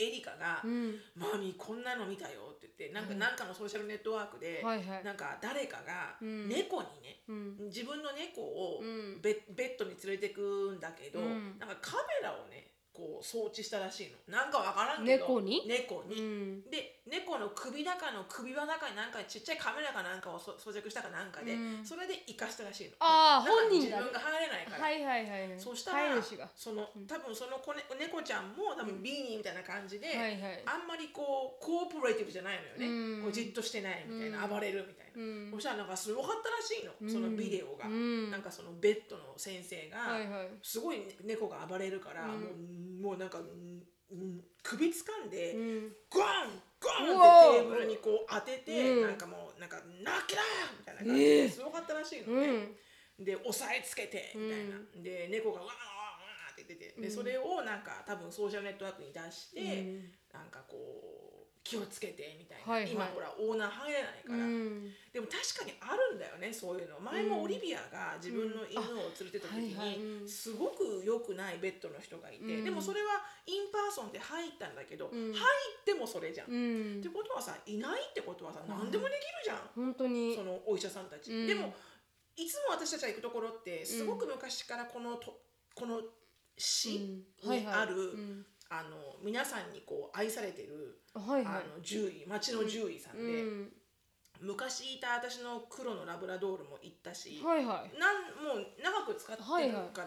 Speaker 2: エリカが
Speaker 1: う
Speaker 2: 「
Speaker 1: ん。
Speaker 2: マミーこんなの見たよ」って言ってなんか、
Speaker 1: うん
Speaker 2: なんかのソーシャルネットワークで、
Speaker 1: はい、はい。
Speaker 2: なんか誰かが
Speaker 1: うん
Speaker 2: 猫にね、
Speaker 1: うん。
Speaker 2: 自分の猫を
Speaker 1: うん
Speaker 2: ベ,、ベッドに連れてくんだけど、
Speaker 1: うん
Speaker 2: なんかカメラをねこう装置したらしいのなんかわからんけど
Speaker 1: 猫に
Speaker 2: 猫に
Speaker 1: うん。
Speaker 2: で猫の首だかの首輪だかになんかちっちゃいカメラかなんかをそ装着したかなんかで、
Speaker 1: うん
Speaker 2: それで生かしたらしいの
Speaker 1: あー
Speaker 2: だから
Speaker 1: 本人だ
Speaker 2: 自分が入れないから、
Speaker 1: はい、はい、はい。
Speaker 2: そしたら
Speaker 1: 飼い主が。
Speaker 2: その多分その子、ね、猫ちゃんも多分ビーニーみたいな感じで、
Speaker 1: はい、はい。
Speaker 2: あんまりこうコーポレーティブじゃないのよね、
Speaker 1: うん
Speaker 2: こうじっとしてないみたいな、
Speaker 1: うん
Speaker 2: 暴れるみたいな、
Speaker 1: うん
Speaker 2: そしたらなんかすごかったらしいの、
Speaker 1: うん
Speaker 2: そのビデオが、
Speaker 1: うん
Speaker 2: なんかそのベッドの先生が、
Speaker 1: はい、はい。
Speaker 2: すごい猫が暴れるから、
Speaker 1: うん
Speaker 2: もうもうなんか、うん首掴んで、
Speaker 1: うん。
Speaker 2: ゴンゴン
Speaker 1: うわ
Speaker 2: ってテーブルにこう当てて、
Speaker 1: うん
Speaker 2: なんかもうなんか「泣きだ!」みたいな感じ
Speaker 1: ええ
Speaker 2: ですごかったらしいの
Speaker 1: う
Speaker 2: ね、
Speaker 1: ん。
Speaker 2: で押さえつけてみたいな、で猫が「わーわーわー」って言っててでそれをなんか多分ソーシャルネットワークに出して、
Speaker 1: うん
Speaker 2: なんかこう気をつけてみたいな、
Speaker 1: はいはい
Speaker 2: 今ほらオーナー入れないから、
Speaker 1: うん。
Speaker 2: でも確かにあるんだよねそういうの前もオリビアが自分の犬を連れてた時
Speaker 1: うんあはいはいう
Speaker 2: に
Speaker 1: ん
Speaker 2: すごく良くないベッドの人がいて、
Speaker 1: うん
Speaker 2: でもそれはインパーソンで入ったんだけど、
Speaker 1: ん
Speaker 2: 入ってもそれじゃん、
Speaker 1: う
Speaker 2: っ
Speaker 1: ん
Speaker 2: て。ことはさいないってことはさ何でもできるじゃん、
Speaker 1: 本当に
Speaker 2: そ。のお医者さんたち、
Speaker 1: うん
Speaker 2: でもいつも私たちが行くところってすごく昔からこのとこの市にある、
Speaker 1: うん
Speaker 2: あの皆さんにこう愛されてる、
Speaker 1: はいはい。
Speaker 2: あの獣医町の獣医さんで、
Speaker 1: うん。
Speaker 2: 昔いた私の黒のラブラドールも行ったし、
Speaker 1: はいはい。
Speaker 2: なんもう長く使ってるか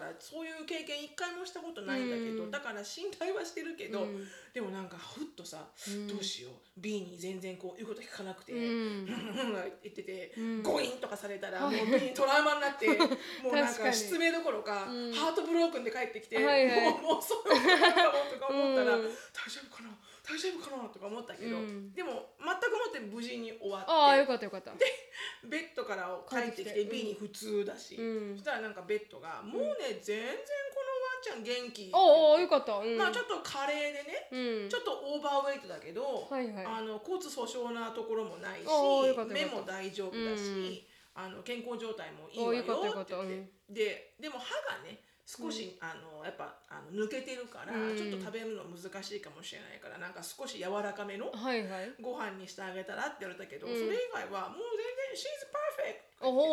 Speaker 2: ら、
Speaker 1: はいは
Speaker 2: そういう経験一回もしたことないんだけど、
Speaker 1: うん
Speaker 2: だから信頼はしてるけ
Speaker 1: う
Speaker 2: ど、
Speaker 1: ん
Speaker 2: でもなんかふっとさ、
Speaker 1: うん
Speaker 2: どうしよう B に全然こう言うこと聞かなくて、
Speaker 1: うん
Speaker 2: 言ってて、
Speaker 1: うん
Speaker 2: ゴインとかされたらもう
Speaker 1: はい
Speaker 2: B にトラウマになって もうなん
Speaker 1: 確か
Speaker 2: か
Speaker 1: に
Speaker 2: 失明どころか、
Speaker 1: うん
Speaker 2: ハートブロークンで帰ってきて、
Speaker 1: はいはい
Speaker 2: もうもうそういうことかもとか思ったら、
Speaker 1: うん
Speaker 2: 大丈夫かな大丈夫かなとか思ったけど、
Speaker 1: うん
Speaker 2: でも全くもって無事に終わって
Speaker 1: ああよかったよかった
Speaker 2: ベッドから帰っ
Speaker 1: 帰
Speaker 2: てき
Speaker 1: って
Speaker 2: て
Speaker 1: きて
Speaker 2: B に普通だし、
Speaker 1: うん
Speaker 2: そしたらなんかベッドが「もうね全然このワンちゃん元気」
Speaker 1: ああよかったうん
Speaker 2: まあちょっとカレーでね
Speaker 1: うん
Speaker 2: ちょっとオーバーウェイトだけど、
Speaker 1: はいはい
Speaker 2: あの骨粗しょうなところもないし
Speaker 1: あーよかった
Speaker 2: 目
Speaker 1: よか
Speaker 2: も
Speaker 1: っ
Speaker 2: 大丈夫だし、あの健康状態もいいわ
Speaker 1: あーよかったよ
Speaker 2: よ
Speaker 1: か
Speaker 2: っ
Speaker 1: ってた
Speaker 2: 言って、
Speaker 1: うん
Speaker 2: ででも歯がね少し、あのやっぱあの抜けてるから、
Speaker 1: うん
Speaker 2: ちょっと食べるの難しいかもしれないからなんか少し柔らかめの
Speaker 1: はいはい
Speaker 2: ご飯にしてあげたらって言われたけど、
Speaker 1: うん
Speaker 2: それ以外はもう全然「She's perfect」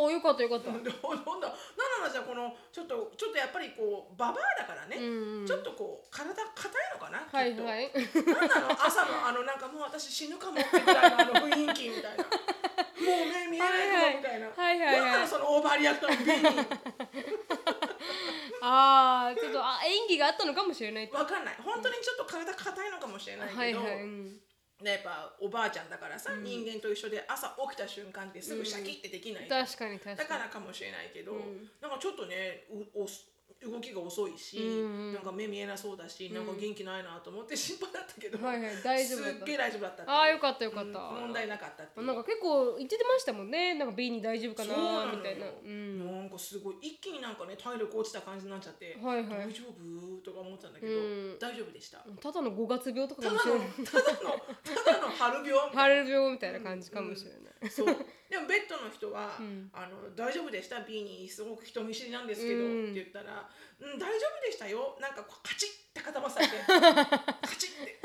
Speaker 1: ああよかったよかった
Speaker 2: どんどんどんどんなななじゃあこのちょっとちょっとやっぱりこうババアだからね、
Speaker 1: うん
Speaker 2: ちょっとこう体硬いのかな、
Speaker 1: はい
Speaker 2: きっと
Speaker 1: はい
Speaker 2: なんなの朝のあのなんかもう私死ぬかもってぐらいのあの雰囲気み たいなもう目見えないかもみたいな、
Speaker 1: はいはいはいはいはい
Speaker 2: なんなのそのオーバーリアクションの原 因
Speaker 1: ああちょっとあ演技があったのかもしれない
Speaker 2: わかんない本当にちょっと体硬いのかもしれないけど、
Speaker 1: はいはいうん
Speaker 2: ねやっぱおばあちゃんだからさ、人間と一緒で朝起きた瞬間ってすぐシャキってできないじゃん、
Speaker 1: 確かに確か
Speaker 2: だ
Speaker 1: に
Speaker 2: からかもしれないけど、
Speaker 1: うん
Speaker 2: なんかちょっとねうおす動きが遅いし、
Speaker 1: うん
Speaker 2: なんか目見えなそうだし、なんか元気ないなと思って心配だったけど、
Speaker 1: はいはい大丈夫だった
Speaker 2: すっげえ大丈夫だったっていう
Speaker 1: ああよかったよかった、
Speaker 2: うん問題なかったっていう
Speaker 1: なんか結構言ってましたもんねなんか B に大丈夫か
Speaker 2: そう
Speaker 1: な
Speaker 2: なのよ
Speaker 1: みたいなうん
Speaker 2: なんかすごい一気になんかね体力落ちた感じになっちゃって、
Speaker 1: はいはい
Speaker 2: 大丈夫とか思ったんだけど、
Speaker 1: うん
Speaker 2: 大丈夫でした、
Speaker 1: ただの五月病とか
Speaker 2: ただ
Speaker 1: か
Speaker 2: の
Speaker 1: もしれない
Speaker 2: ただのただの春病みたい
Speaker 1: 春
Speaker 2: な
Speaker 1: 病みたいな感じかもしれない、
Speaker 2: そう でもベッドの人は
Speaker 1: う
Speaker 2: 「
Speaker 1: ん
Speaker 2: あの大丈夫でした B にすごく人見知りなんですけど」
Speaker 1: うん
Speaker 2: って言ったら「うん大丈夫でしたよ」なんかこうカチッって固まさ れてカチッって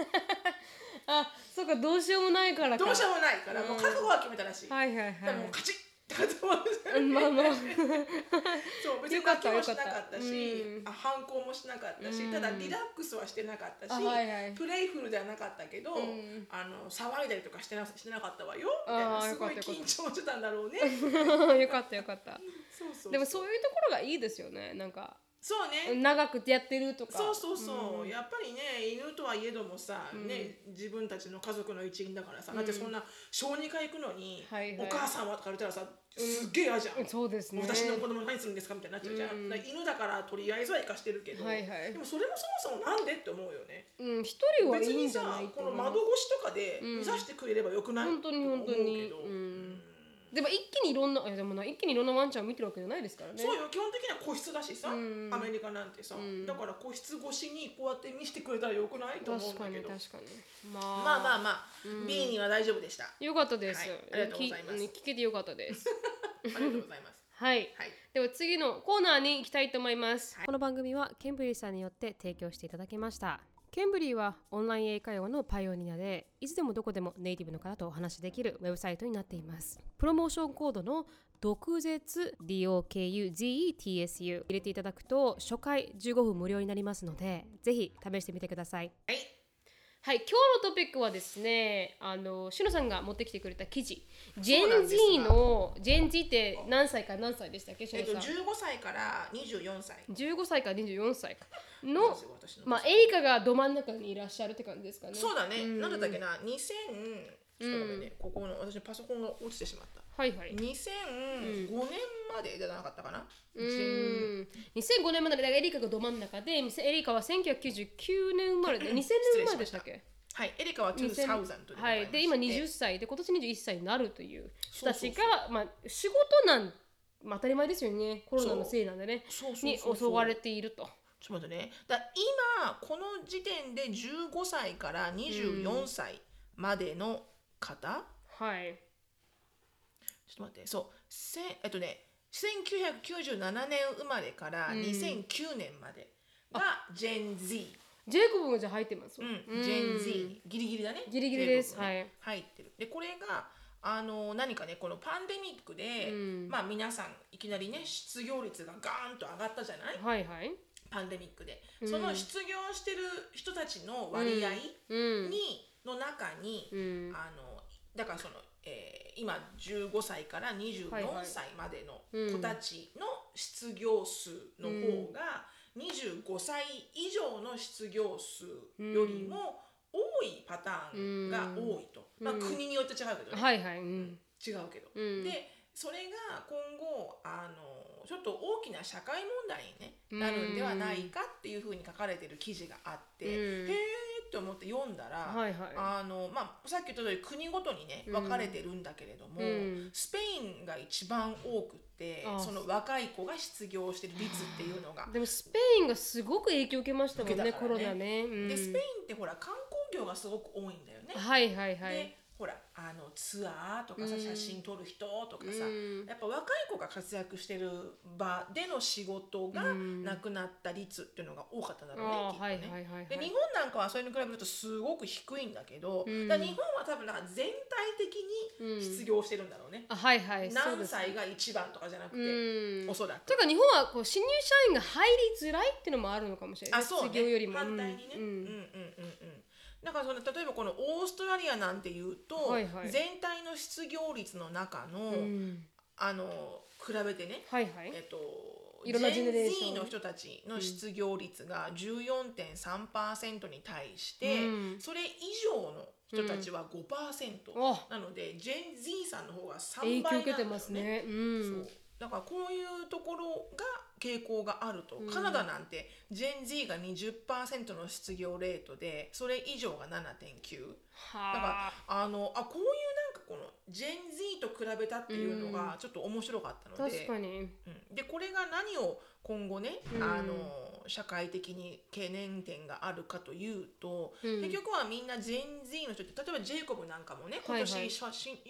Speaker 1: あそっかどうしようもないからか
Speaker 2: どうしようもないから、
Speaker 1: うん
Speaker 2: もう覚悟は決めたらしい、
Speaker 1: はいはい
Speaker 2: だからもうカチッって固まさ
Speaker 1: はい
Speaker 2: れて
Speaker 1: まあまあ
Speaker 2: そう別
Speaker 1: よ
Speaker 2: に
Speaker 1: かっ
Speaker 2: 泣
Speaker 1: た
Speaker 2: きもしなかったし
Speaker 1: よかった
Speaker 2: あ反抗もしなかったし、
Speaker 1: うん
Speaker 2: ただリラックスはしてなかったし、
Speaker 1: あはいはい
Speaker 2: プレイフルではなかったけど、
Speaker 1: うん
Speaker 2: あの騒いだりとかしてなしてなかったわよみたい
Speaker 1: あ
Speaker 2: な
Speaker 1: ー
Speaker 2: すご
Speaker 1: よ
Speaker 2: い
Speaker 1: かったよ
Speaker 2: 緊
Speaker 1: か
Speaker 2: 張してたんだ ろうね。
Speaker 1: よかったよかった
Speaker 2: そうそう
Speaker 1: でもそういうところがいいですよねなんか
Speaker 2: そうね、
Speaker 1: 長くやってるとか
Speaker 2: そうそうそう、やっぱりね犬とはいえどもさ、ね自分たちの家族の一員だからさ、だってそんな小児科行くのに、
Speaker 1: はいはい
Speaker 2: お母さんはとか言ったらさすっげえ嫌じゃん、
Speaker 1: そうですね
Speaker 2: 私の子供何するんですかみたいになっちゃうじゃん、
Speaker 1: うん
Speaker 2: だから犬だからとりあえずは生かしてるけど、
Speaker 1: はいはい
Speaker 2: でもそれもそもそもなんでって思うよね
Speaker 1: うん一人はい
Speaker 2: 別
Speaker 1: い
Speaker 2: に
Speaker 1: んじゃ
Speaker 2: さ
Speaker 1: ないと
Speaker 2: この
Speaker 1: 思う
Speaker 2: 窓越しとかで
Speaker 1: うん
Speaker 2: 見させてくれればよくない、
Speaker 1: 本当に本当
Speaker 2: と思うけ
Speaker 1: に
Speaker 2: ど
Speaker 1: うんでも一気にいろんなあでもな一気にいろんなワンちゃんを見てるわけじゃないですからね
Speaker 2: そうよ基本的には個室だしさ、
Speaker 1: うん
Speaker 2: アメリカなんてさ、
Speaker 1: ん
Speaker 2: だから個室越しにこうやって見せてくれたらよくないと思うん
Speaker 1: 確
Speaker 2: だ
Speaker 1: かに
Speaker 2: けど
Speaker 1: 確かにまあ
Speaker 2: まあまあまあ、B には大丈夫でした。あ
Speaker 1: よかったです、
Speaker 2: はいありがとうございます
Speaker 1: き聞けてよかったです
Speaker 2: りがとうござ います。
Speaker 1: はい
Speaker 2: はい。
Speaker 1: では次のコーナーに行きたいと思います、
Speaker 3: この番組はケンブリーさんによって提供していただきましたケンブリーはオンライン英会話のパイオニアでいつでもどこでもネイティブの方とお話しできるウェブサイトになっていますプロモーションコードの毒舌 DOKUZETSU 入れていただくと初回15分無料になりますのでぜひ試してみてください
Speaker 1: はい今日のトピックはですねあのしのさんが持ってきてくれた記事ジ
Speaker 2: そうな
Speaker 1: ェン
Speaker 2: んです
Speaker 1: Z のジェン Z って何歳から何歳でしたっけし
Speaker 2: え
Speaker 1: の
Speaker 2: っと
Speaker 1: さん、
Speaker 2: 15歳から24歳
Speaker 1: 15歳から24歳か
Speaker 2: なん
Speaker 1: の
Speaker 2: ですよ私の。
Speaker 1: まあエリカがど真ん中にいらっしゃるって感じですかね
Speaker 2: そうだね。
Speaker 1: ん
Speaker 2: なんだったっけな。2000ちょっと待ってね。ここの私のパソコンが落ちてしまった。
Speaker 1: はいはい
Speaker 2: 2005年までじゃなかったかな。
Speaker 1: うーん2005年までだからエリカがど真ん中でエリカは1999年生まれで2000年生まれでしたっけ
Speaker 2: はい。エリカは2000
Speaker 1: 2000
Speaker 2: とうことになりまして
Speaker 1: はい、で今20歳で今年21歳になるという人たちが
Speaker 2: そうそ
Speaker 1: まあ、仕事なん、まあ、当たり前ですよねコロナのせいなんでね
Speaker 2: そうそう
Speaker 1: に
Speaker 2: そう
Speaker 1: 襲
Speaker 2: そう
Speaker 1: われていると
Speaker 2: ちょっと待ってね。だ今この時点で15歳から24歳までの方。
Speaker 1: はい
Speaker 2: ちょっと待って、そう、せえっとね、1997年生まれから
Speaker 1: ん
Speaker 2: 2009年までがジェン Z。
Speaker 1: ジェイコブもじゃあ入ってます、
Speaker 2: うん、ジェン Z。ギリギリだね。
Speaker 1: ギリギリです
Speaker 2: 英語もね入ってる。で、これが、あの何かねこのパンデミックで、
Speaker 1: うん
Speaker 2: まあ皆さんいきなりね失業率がガーンと上がったじゃない
Speaker 1: はいはい
Speaker 2: パンデミックで、
Speaker 1: うん
Speaker 2: その失業してる人たちの割合
Speaker 1: うん
Speaker 2: に、の中に、
Speaker 1: うん
Speaker 2: あのだからその、えー今15歳から24
Speaker 1: はいはい
Speaker 2: 歳までの
Speaker 1: うん
Speaker 2: 子たちの失業数の方が25歳以上の失業数よりも多いパターンが多いと、まあ、国によって違うけどね、
Speaker 1: はいはいうん
Speaker 2: 違うけど。
Speaker 1: うん
Speaker 2: でそれが今後あのちょっと大きな社会問題に、ね、なるんではないかっていうふうに書かれてる記事があって、
Speaker 1: うん
Speaker 2: へえって思って読んだら、
Speaker 1: はいはい
Speaker 2: あのまあ、さっき言った通り国ごとにね分かれてるんだけれども、
Speaker 1: うん
Speaker 2: スペインが一番多くって
Speaker 1: あ
Speaker 2: その若い子が失業してる率っていうのが。
Speaker 1: でもスペインがすごく影響を受けましたもんね
Speaker 2: 受けた
Speaker 1: コ
Speaker 2: か
Speaker 1: ロ
Speaker 2: らね
Speaker 1: ナね、うん、
Speaker 2: でスペインってほら観光業がすごく多いんだよね。
Speaker 1: はいはいは
Speaker 2: で
Speaker 1: い
Speaker 2: ほらあのツアーとか
Speaker 1: う
Speaker 2: さ
Speaker 1: ん
Speaker 2: 写真撮る人とかさ、
Speaker 1: うん
Speaker 2: やっぱ若い子が活躍してる場での仕事が
Speaker 1: うん
Speaker 2: なくなった率っていうのが多かったんだろうね、
Speaker 1: あ
Speaker 2: き
Speaker 1: ー
Speaker 2: っと
Speaker 1: はい
Speaker 2: ね。
Speaker 1: はいはい
Speaker 2: で
Speaker 1: は
Speaker 2: 日
Speaker 1: い
Speaker 2: 本なんかはそれに比べるとすごく低いんだけど、
Speaker 1: うん
Speaker 2: だから日本は多分なんか全体的
Speaker 1: うん
Speaker 2: に失業してるんだろうね、
Speaker 1: あはいはいそう
Speaker 2: 何
Speaker 1: です
Speaker 2: 歳が一番とかじゃな
Speaker 1: う
Speaker 2: くて、
Speaker 1: ん
Speaker 2: おそらく
Speaker 1: というか日本はこう新入社員が入りづらいっていうのもあるのかもしれない
Speaker 2: あそう、ね、
Speaker 1: 失業よりも
Speaker 2: 反対にね、
Speaker 1: う
Speaker 2: うん
Speaker 1: う
Speaker 2: ん、うんんうんうんうんだからその例えばこのオーストラリアなんていうと、
Speaker 1: はいはい
Speaker 2: 全体の失業率の中の、
Speaker 1: うん
Speaker 2: あの比べてね、
Speaker 1: はいはい
Speaker 2: えっと、
Speaker 1: いろんなジェネレーション
Speaker 2: Gen Z の人たちの失業率が14.3%に対して、
Speaker 1: うん
Speaker 2: それ以上の人たちは5%、
Speaker 1: あ
Speaker 2: なのでジェン・ズーさんの方が
Speaker 1: 影
Speaker 2: 3倍なんだ
Speaker 1: 響
Speaker 2: よ、ね、
Speaker 1: 受けてますねう
Speaker 2: そ
Speaker 1: ん
Speaker 2: うだからこういうところが傾向があると、カナダなんてジェン・ズーが20%の失業レートでそれ以上が7.9。だ
Speaker 1: は
Speaker 2: か
Speaker 1: あ
Speaker 2: らあのあこういうなんかこのジェン・ズーと比べたっていうのがちょっと面白かったので、
Speaker 1: 確かに
Speaker 2: うんでこれが何を今後ね、あの社会的に懸念点があるかというと、
Speaker 1: うん
Speaker 2: 結局はみんな全員の人って例えばジェイコブなんかもね今年、
Speaker 1: はいはい
Speaker 2: し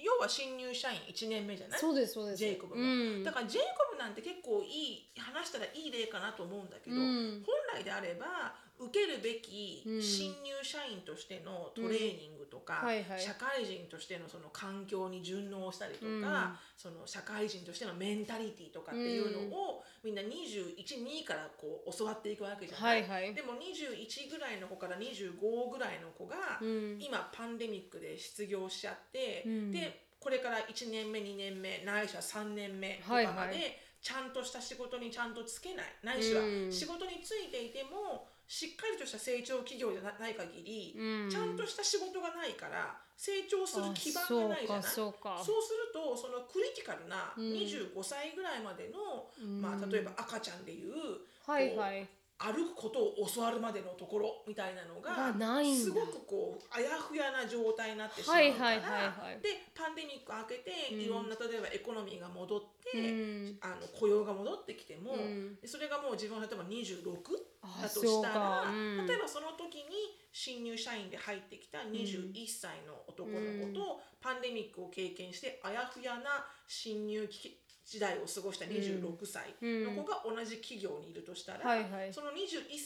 Speaker 2: 要は新入社員1年目じゃない
Speaker 1: そうですそうです
Speaker 2: ジェイコブも、
Speaker 1: うん
Speaker 2: だからジェイコブなんて結構いい話したらいい例かなと思うんだけど、
Speaker 1: うん
Speaker 2: 本来であれば受けるべき
Speaker 1: うん
Speaker 2: 新入社員としてのトレーニングとか、
Speaker 1: うんはいはい
Speaker 2: 社会人としてのその環境に順応したりとか、
Speaker 1: うん
Speaker 2: その社会人としてのメンタリティとかっていうのを、みんな212からこう教わっていくわけじゃない、
Speaker 1: はいはい
Speaker 2: でも21ぐらいの子から25ぐらいの子が、
Speaker 1: うん
Speaker 2: 今パンデミックで失業しちゃって、
Speaker 1: うん
Speaker 2: でこれから1年目2年目ないしは3年目とかま
Speaker 1: はいはい
Speaker 2: で、ちゃんとした仕事にちゃんとつけないないしは
Speaker 1: うん
Speaker 2: 仕事についていてもしっかりとした成長企業じゃなない限り、
Speaker 1: うん
Speaker 2: ちゃんとした仕事がないから成長する基
Speaker 1: あ
Speaker 2: 盤がないじゃない
Speaker 1: そうか
Speaker 2: そ
Speaker 1: そうか
Speaker 2: うするとそのクリティカルな
Speaker 1: うん
Speaker 2: 25歳ぐらいまでの、まあ、例えば赤ちゃんでいう
Speaker 1: はいはい
Speaker 2: 歩くことを教わるまでのところみたいなの
Speaker 1: が
Speaker 2: が
Speaker 1: ないんだ
Speaker 2: すごくこうあやふやな状態になってしまう
Speaker 1: はい
Speaker 2: から、
Speaker 1: はいはいはい
Speaker 2: でパンデミック明けて、
Speaker 1: うん
Speaker 2: いろんな例えばエコノミーが戻って、
Speaker 1: うん
Speaker 2: あの雇用が戻ってきても、
Speaker 1: うん
Speaker 2: それがもう自分が例えば26
Speaker 1: あ
Speaker 2: だと
Speaker 1: そう
Speaker 2: した、
Speaker 1: からうん
Speaker 2: 例えばその時に新入社員で入ってきた21歳の男の子と、パンデミックを経験してあやふやな新入期時代を過ごした26歳の子が同じ企業にいるとしたら、
Speaker 1: はいはい
Speaker 2: その21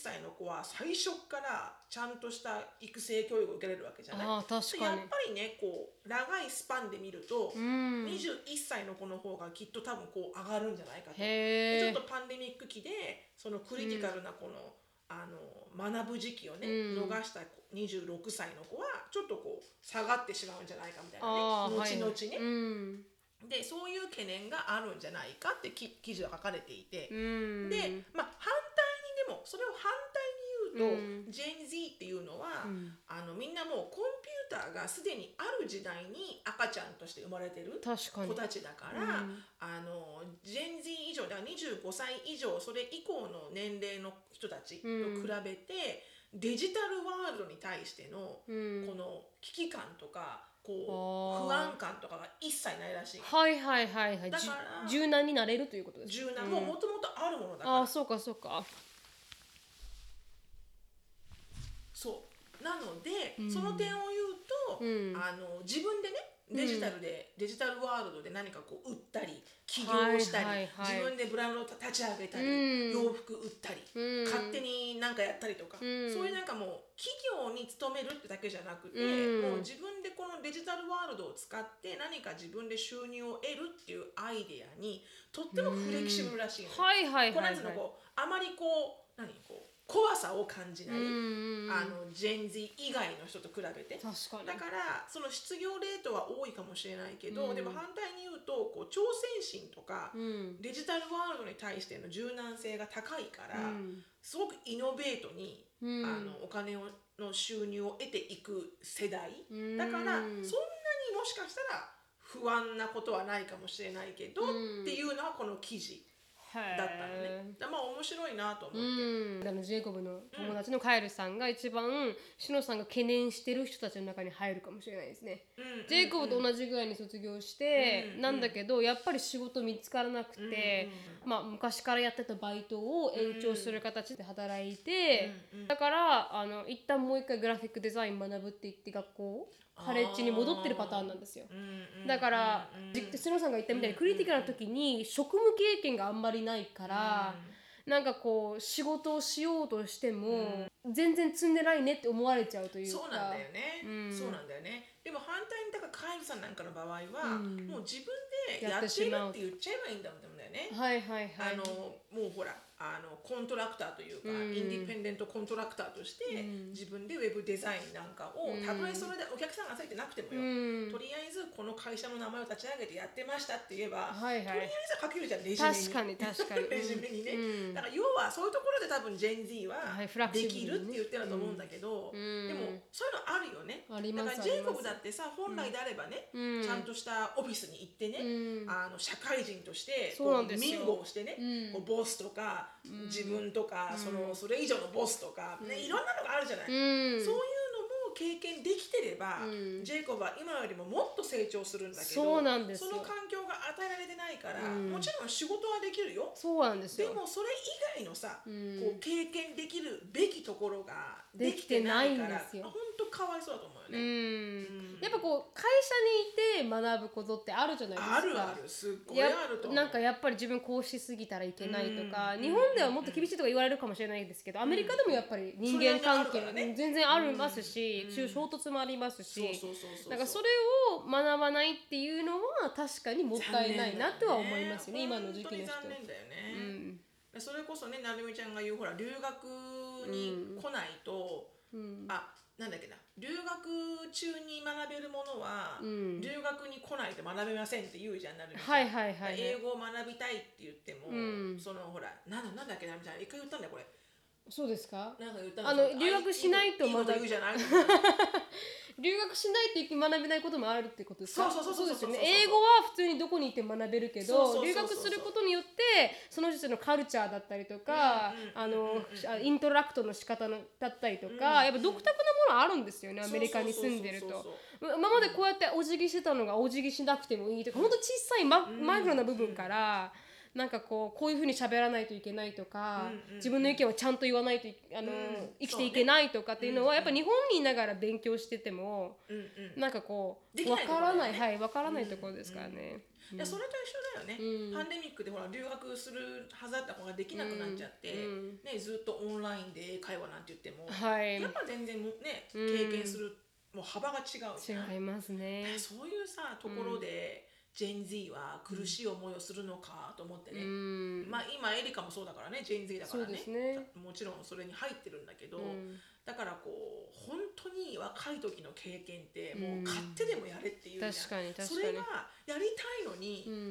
Speaker 2: 歳の子は最初からちゃんとした育成教育を受けれるわけじゃない
Speaker 1: あー確かに
Speaker 2: やっぱりねこう長いスパンで見ると、
Speaker 1: うん
Speaker 2: 21歳の子の方がきっと多分こう上がるんじゃないかと
Speaker 1: へ
Speaker 2: で
Speaker 1: え
Speaker 2: ちょっとパンデミック期でそのクリティカルなこの,、あの学ぶ時期をね、
Speaker 1: うん
Speaker 2: 逃した26歳の子はちょっとこう下がってしまうんじゃないかみたい
Speaker 1: あー
Speaker 2: なね後
Speaker 1: はい
Speaker 2: 々ね、
Speaker 1: はいうん
Speaker 2: でそういう懸念があるんじゃないかってき記事が書かれていて、
Speaker 1: うん
Speaker 2: で、まあ、反対にでもそれを反対に言うと、
Speaker 1: う
Speaker 2: ジェン・ズーっていうの
Speaker 1: う
Speaker 2: は、
Speaker 1: ん
Speaker 2: あのみんなもうコンピューターがすでにある時代に赤ちゃんとして生まれてる
Speaker 1: 確かに
Speaker 2: 子たちだから、
Speaker 1: うん
Speaker 2: あのジェン・ズー以上だから25歳以上それ以降の年齢の人たちと
Speaker 1: うん
Speaker 2: 比べて、デジタルワールドに対しての
Speaker 1: うん
Speaker 2: この危機感とか
Speaker 1: あ
Speaker 2: こ
Speaker 1: ー
Speaker 2: う不安感とかが一切ないらしい。
Speaker 1: はいはいはいはい
Speaker 2: だ
Speaker 1: じゅ
Speaker 2: から
Speaker 1: 柔軟になれるということです
Speaker 2: 柔軟ももともとあるものだから
Speaker 1: ああそうかそうか
Speaker 2: そうなので、
Speaker 1: うん
Speaker 2: その点を言うと、
Speaker 1: うん
Speaker 2: あの自分でねデジタルで、デジタルワールドで何かこう売ったり起業したり、
Speaker 1: はいはいはい
Speaker 2: 自分でブランドを立ち上げたり、
Speaker 1: うん
Speaker 2: 洋服売ったり、
Speaker 1: うん
Speaker 2: 勝手になんかやったりとか、
Speaker 1: うん
Speaker 2: そういうなんかもう企業に勤めるってだけじゃなくて、
Speaker 1: うん
Speaker 2: もう自分でこのデジタルワールドを使って何か自分で収入を得るっていうアイデアにとってもフレキシブルらしいのよ、
Speaker 1: はいはい
Speaker 2: こう
Speaker 1: は
Speaker 2: ないんつうの
Speaker 1: はい
Speaker 2: こうあまりこう何こう怖さを感じ
Speaker 1: う
Speaker 2: なんい、
Speaker 1: うんうん
Speaker 2: あのジェン Z 以外の人と比べて
Speaker 1: 確か
Speaker 2: だ
Speaker 1: に
Speaker 2: からその失業レートは多いかもしれないけど、
Speaker 1: うん
Speaker 2: でも反対に言うとこう挑戦心とか、
Speaker 1: うん
Speaker 2: デジタルワールドに対しての柔軟性が高いから、
Speaker 1: うん
Speaker 2: すごくイノベートに、
Speaker 1: うん
Speaker 2: あのお金をの収入を得ていく世代
Speaker 1: うん
Speaker 2: だから、そんな
Speaker 1: うん
Speaker 2: にもしかしたら不安なことはないかもしれないけど、
Speaker 1: うん
Speaker 2: っていうのはこの記事だったのね。だからまあ面白いなと思っ
Speaker 1: う
Speaker 2: て。
Speaker 1: ん、あのジェイコブの友達のカエルさんが一番、シノさんが懸念してる人たちの中に入るかもしれないですね。
Speaker 2: うん
Speaker 1: ジェイコブと同じぐらいに卒業して、
Speaker 2: うん
Speaker 1: なんだけどやっぱり仕事見つからなくて、まあ、昔からやってたバイトを延長する形で働いて、
Speaker 2: うんうん
Speaker 1: だからあの一旦もう一回グラフィックデザイン学ぶって言って学校カレッジに戻ってるパターンなんですよ。だから、じスノさんが言ったみたいにクリティカルな時に職務経験があんまりないから、なんかこう仕事をしようとしても、全然積んでないねって思われちゃうというか
Speaker 2: そうなんだよね、
Speaker 1: うん
Speaker 2: そうなんだよねでも反対にだからカエルさんなんかの場合は、
Speaker 1: うん
Speaker 2: もう自分で
Speaker 1: や
Speaker 2: や
Speaker 1: っ
Speaker 2: ってて
Speaker 1: し
Speaker 2: る
Speaker 1: まう
Speaker 2: って言っちゃえばいいんだもんだよね、
Speaker 1: はいはいはい
Speaker 2: あのもうほらあのコントラクターというか、
Speaker 1: うん
Speaker 2: インディペンデントコントラクターとして、
Speaker 1: うん
Speaker 2: 自分でウェブデザインなんかを、
Speaker 1: うん
Speaker 2: たとえそれでお客さんがついてなくても
Speaker 1: う
Speaker 2: よ、
Speaker 1: ん
Speaker 2: とりあえずこの会社の名前を立ち上げてやってましたって言えば、
Speaker 1: はいはい
Speaker 2: とりあえず書けるじゃんレジュメに
Speaker 1: 確かに確かに
Speaker 2: レジュメにね、
Speaker 1: うん
Speaker 2: だから要はそういうところで多分ジェン Z は
Speaker 1: はいフラクシ
Speaker 2: で
Speaker 1: ブル
Speaker 2: き
Speaker 1: にね
Speaker 2: るって言ってると思うんだけど、
Speaker 1: うん
Speaker 2: でもそういうのあるよね
Speaker 1: あります
Speaker 2: だからジェイコブ
Speaker 1: あります
Speaker 2: だってさ本来であればね、
Speaker 1: うん
Speaker 2: ちゃんとしたオフィスに行ってね、
Speaker 1: うん
Speaker 2: あの社会人として
Speaker 1: そうなん
Speaker 2: こ
Speaker 1: ですよ
Speaker 2: ミンゴをしてね、
Speaker 1: うん
Speaker 2: こうボスとか、自分とか、そのそれ以上のボスとか、ね、いろんなのがあるじゃない、
Speaker 1: うん
Speaker 2: そういうのも経験できてれば、
Speaker 1: うん
Speaker 2: ジェイコブは今よりももっと成長するんだけど
Speaker 1: そうなんですよ
Speaker 2: その環境が与えられてないから、
Speaker 1: うん
Speaker 2: もちろん仕事はできるよ
Speaker 1: そうなんです
Speaker 2: で
Speaker 1: よ
Speaker 2: もそれ以外のさ、
Speaker 1: うん
Speaker 2: こう経験できるべきところが
Speaker 1: で
Speaker 2: で
Speaker 1: き
Speaker 2: き
Speaker 1: て
Speaker 2: て
Speaker 1: な
Speaker 2: ないい
Speaker 1: ん
Speaker 2: か
Speaker 1: で
Speaker 2: ら
Speaker 1: すよ
Speaker 2: 本当かわいそうだと思う
Speaker 1: う
Speaker 2: よね、
Speaker 1: んやっぱこう会社にいて学ぶことってあるじゃないですか
Speaker 2: あるあるすっごい
Speaker 1: や
Speaker 2: あると思う
Speaker 1: なんかやっぱり自分こうしすぎたらいけないとか、
Speaker 2: うん
Speaker 1: 日本ではもっと厳しいとか言われるかもしれないですけど、アメリカでもやっぱり人間関係
Speaker 2: それなりにあるからね
Speaker 1: 全然ありますし、中衝突もありますし、
Speaker 2: そうそうそうそう
Speaker 1: なんかそれを学ばないっていうのは確かにもったいないなとは思いますよね今の時期の人
Speaker 2: 本当に残念だよ
Speaker 1: う
Speaker 2: ね、
Speaker 1: ん
Speaker 2: それこそねなるみちゃんが言うほら留学に来ないと、
Speaker 1: うん
Speaker 2: あなんだっけな留学中に学べるものは、
Speaker 1: うん
Speaker 2: 留学に来ないと学べませんって言うじゃんなるみちゃん
Speaker 1: はいはいはいはい
Speaker 2: 英語を学びたいって言っても、
Speaker 1: うん
Speaker 2: そのほらなんだなんだっけなるみちゃん一回言ったんだよこれ
Speaker 1: そうですか
Speaker 2: なんか言った
Speaker 1: あの留学しないと
Speaker 2: いいこと
Speaker 1: 学
Speaker 2: 言
Speaker 1: ぶ
Speaker 2: うじゃない
Speaker 1: 留学しないと学べないこともあるってことですか
Speaker 2: そうそうそうそう
Speaker 1: ですよね
Speaker 2: そうそうそう
Speaker 1: 英語は普通にどこにいても学べるけ
Speaker 2: そう
Speaker 1: ど
Speaker 2: そうそう
Speaker 1: 留
Speaker 2: そう
Speaker 1: 学することによってその人のカルチャーだったりとか
Speaker 2: うん
Speaker 1: あ
Speaker 2: うんうんうん
Speaker 1: のあイントラクトの仕方のだったりとか、
Speaker 2: うん
Speaker 1: やっぱ独特なものあるんですよ ねアメリカに住んでる
Speaker 2: そうそう
Speaker 1: と
Speaker 2: そう。
Speaker 1: 今までこうやってお辞儀してたのがお辞儀しなくてもいいとかほんと小さいマ,、
Speaker 2: ん
Speaker 1: イクロな部分から。なんかこうこういうふうに喋らないといけないとか、
Speaker 2: うんうん
Speaker 1: 自分の意見をちゃんと言わないといあの、
Speaker 2: うん
Speaker 1: 生きていけないとかっていうのは
Speaker 2: そうね
Speaker 1: やっぱ日本にいながら勉強してても、
Speaker 2: うんうん
Speaker 1: なんかこ
Speaker 2: で
Speaker 1: う
Speaker 2: き
Speaker 1: わ
Speaker 2: ないとこ
Speaker 1: か
Speaker 2: ろ
Speaker 1: ら
Speaker 2: だよね
Speaker 1: ないはいわからないところですからね。
Speaker 2: いやそれと一緒だよね、
Speaker 1: うん
Speaker 2: パンデミックでほら留学するはずだった子ができなくなっちゃって、
Speaker 1: うん
Speaker 2: ね、ずっとオンラインで英会話なんて言っても、
Speaker 1: はい
Speaker 2: やっぱ全然もうね
Speaker 1: うん
Speaker 2: 経験する、もう幅が違うじゃん
Speaker 1: 違いますね。
Speaker 2: そういうさところで、ジェン・ズィは苦しい思いをするのかと思って
Speaker 1: う
Speaker 2: ね、
Speaker 1: ん、
Speaker 2: まあ今エリカもそうだからねジェン・ズィだから
Speaker 1: そう
Speaker 2: ね
Speaker 1: ですね
Speaker 2: もちろんそれに入ってるんだけど、
Speaker 1: うん
Speaker 2: だからこう本当に若い時の経験っても
Speaker 1: うん
Speaker 2: う勝手でもやれっていうじゃん
Speaker 1: 確かに確かに
Speaker 2: それがやりたいの
Speaker 1: うん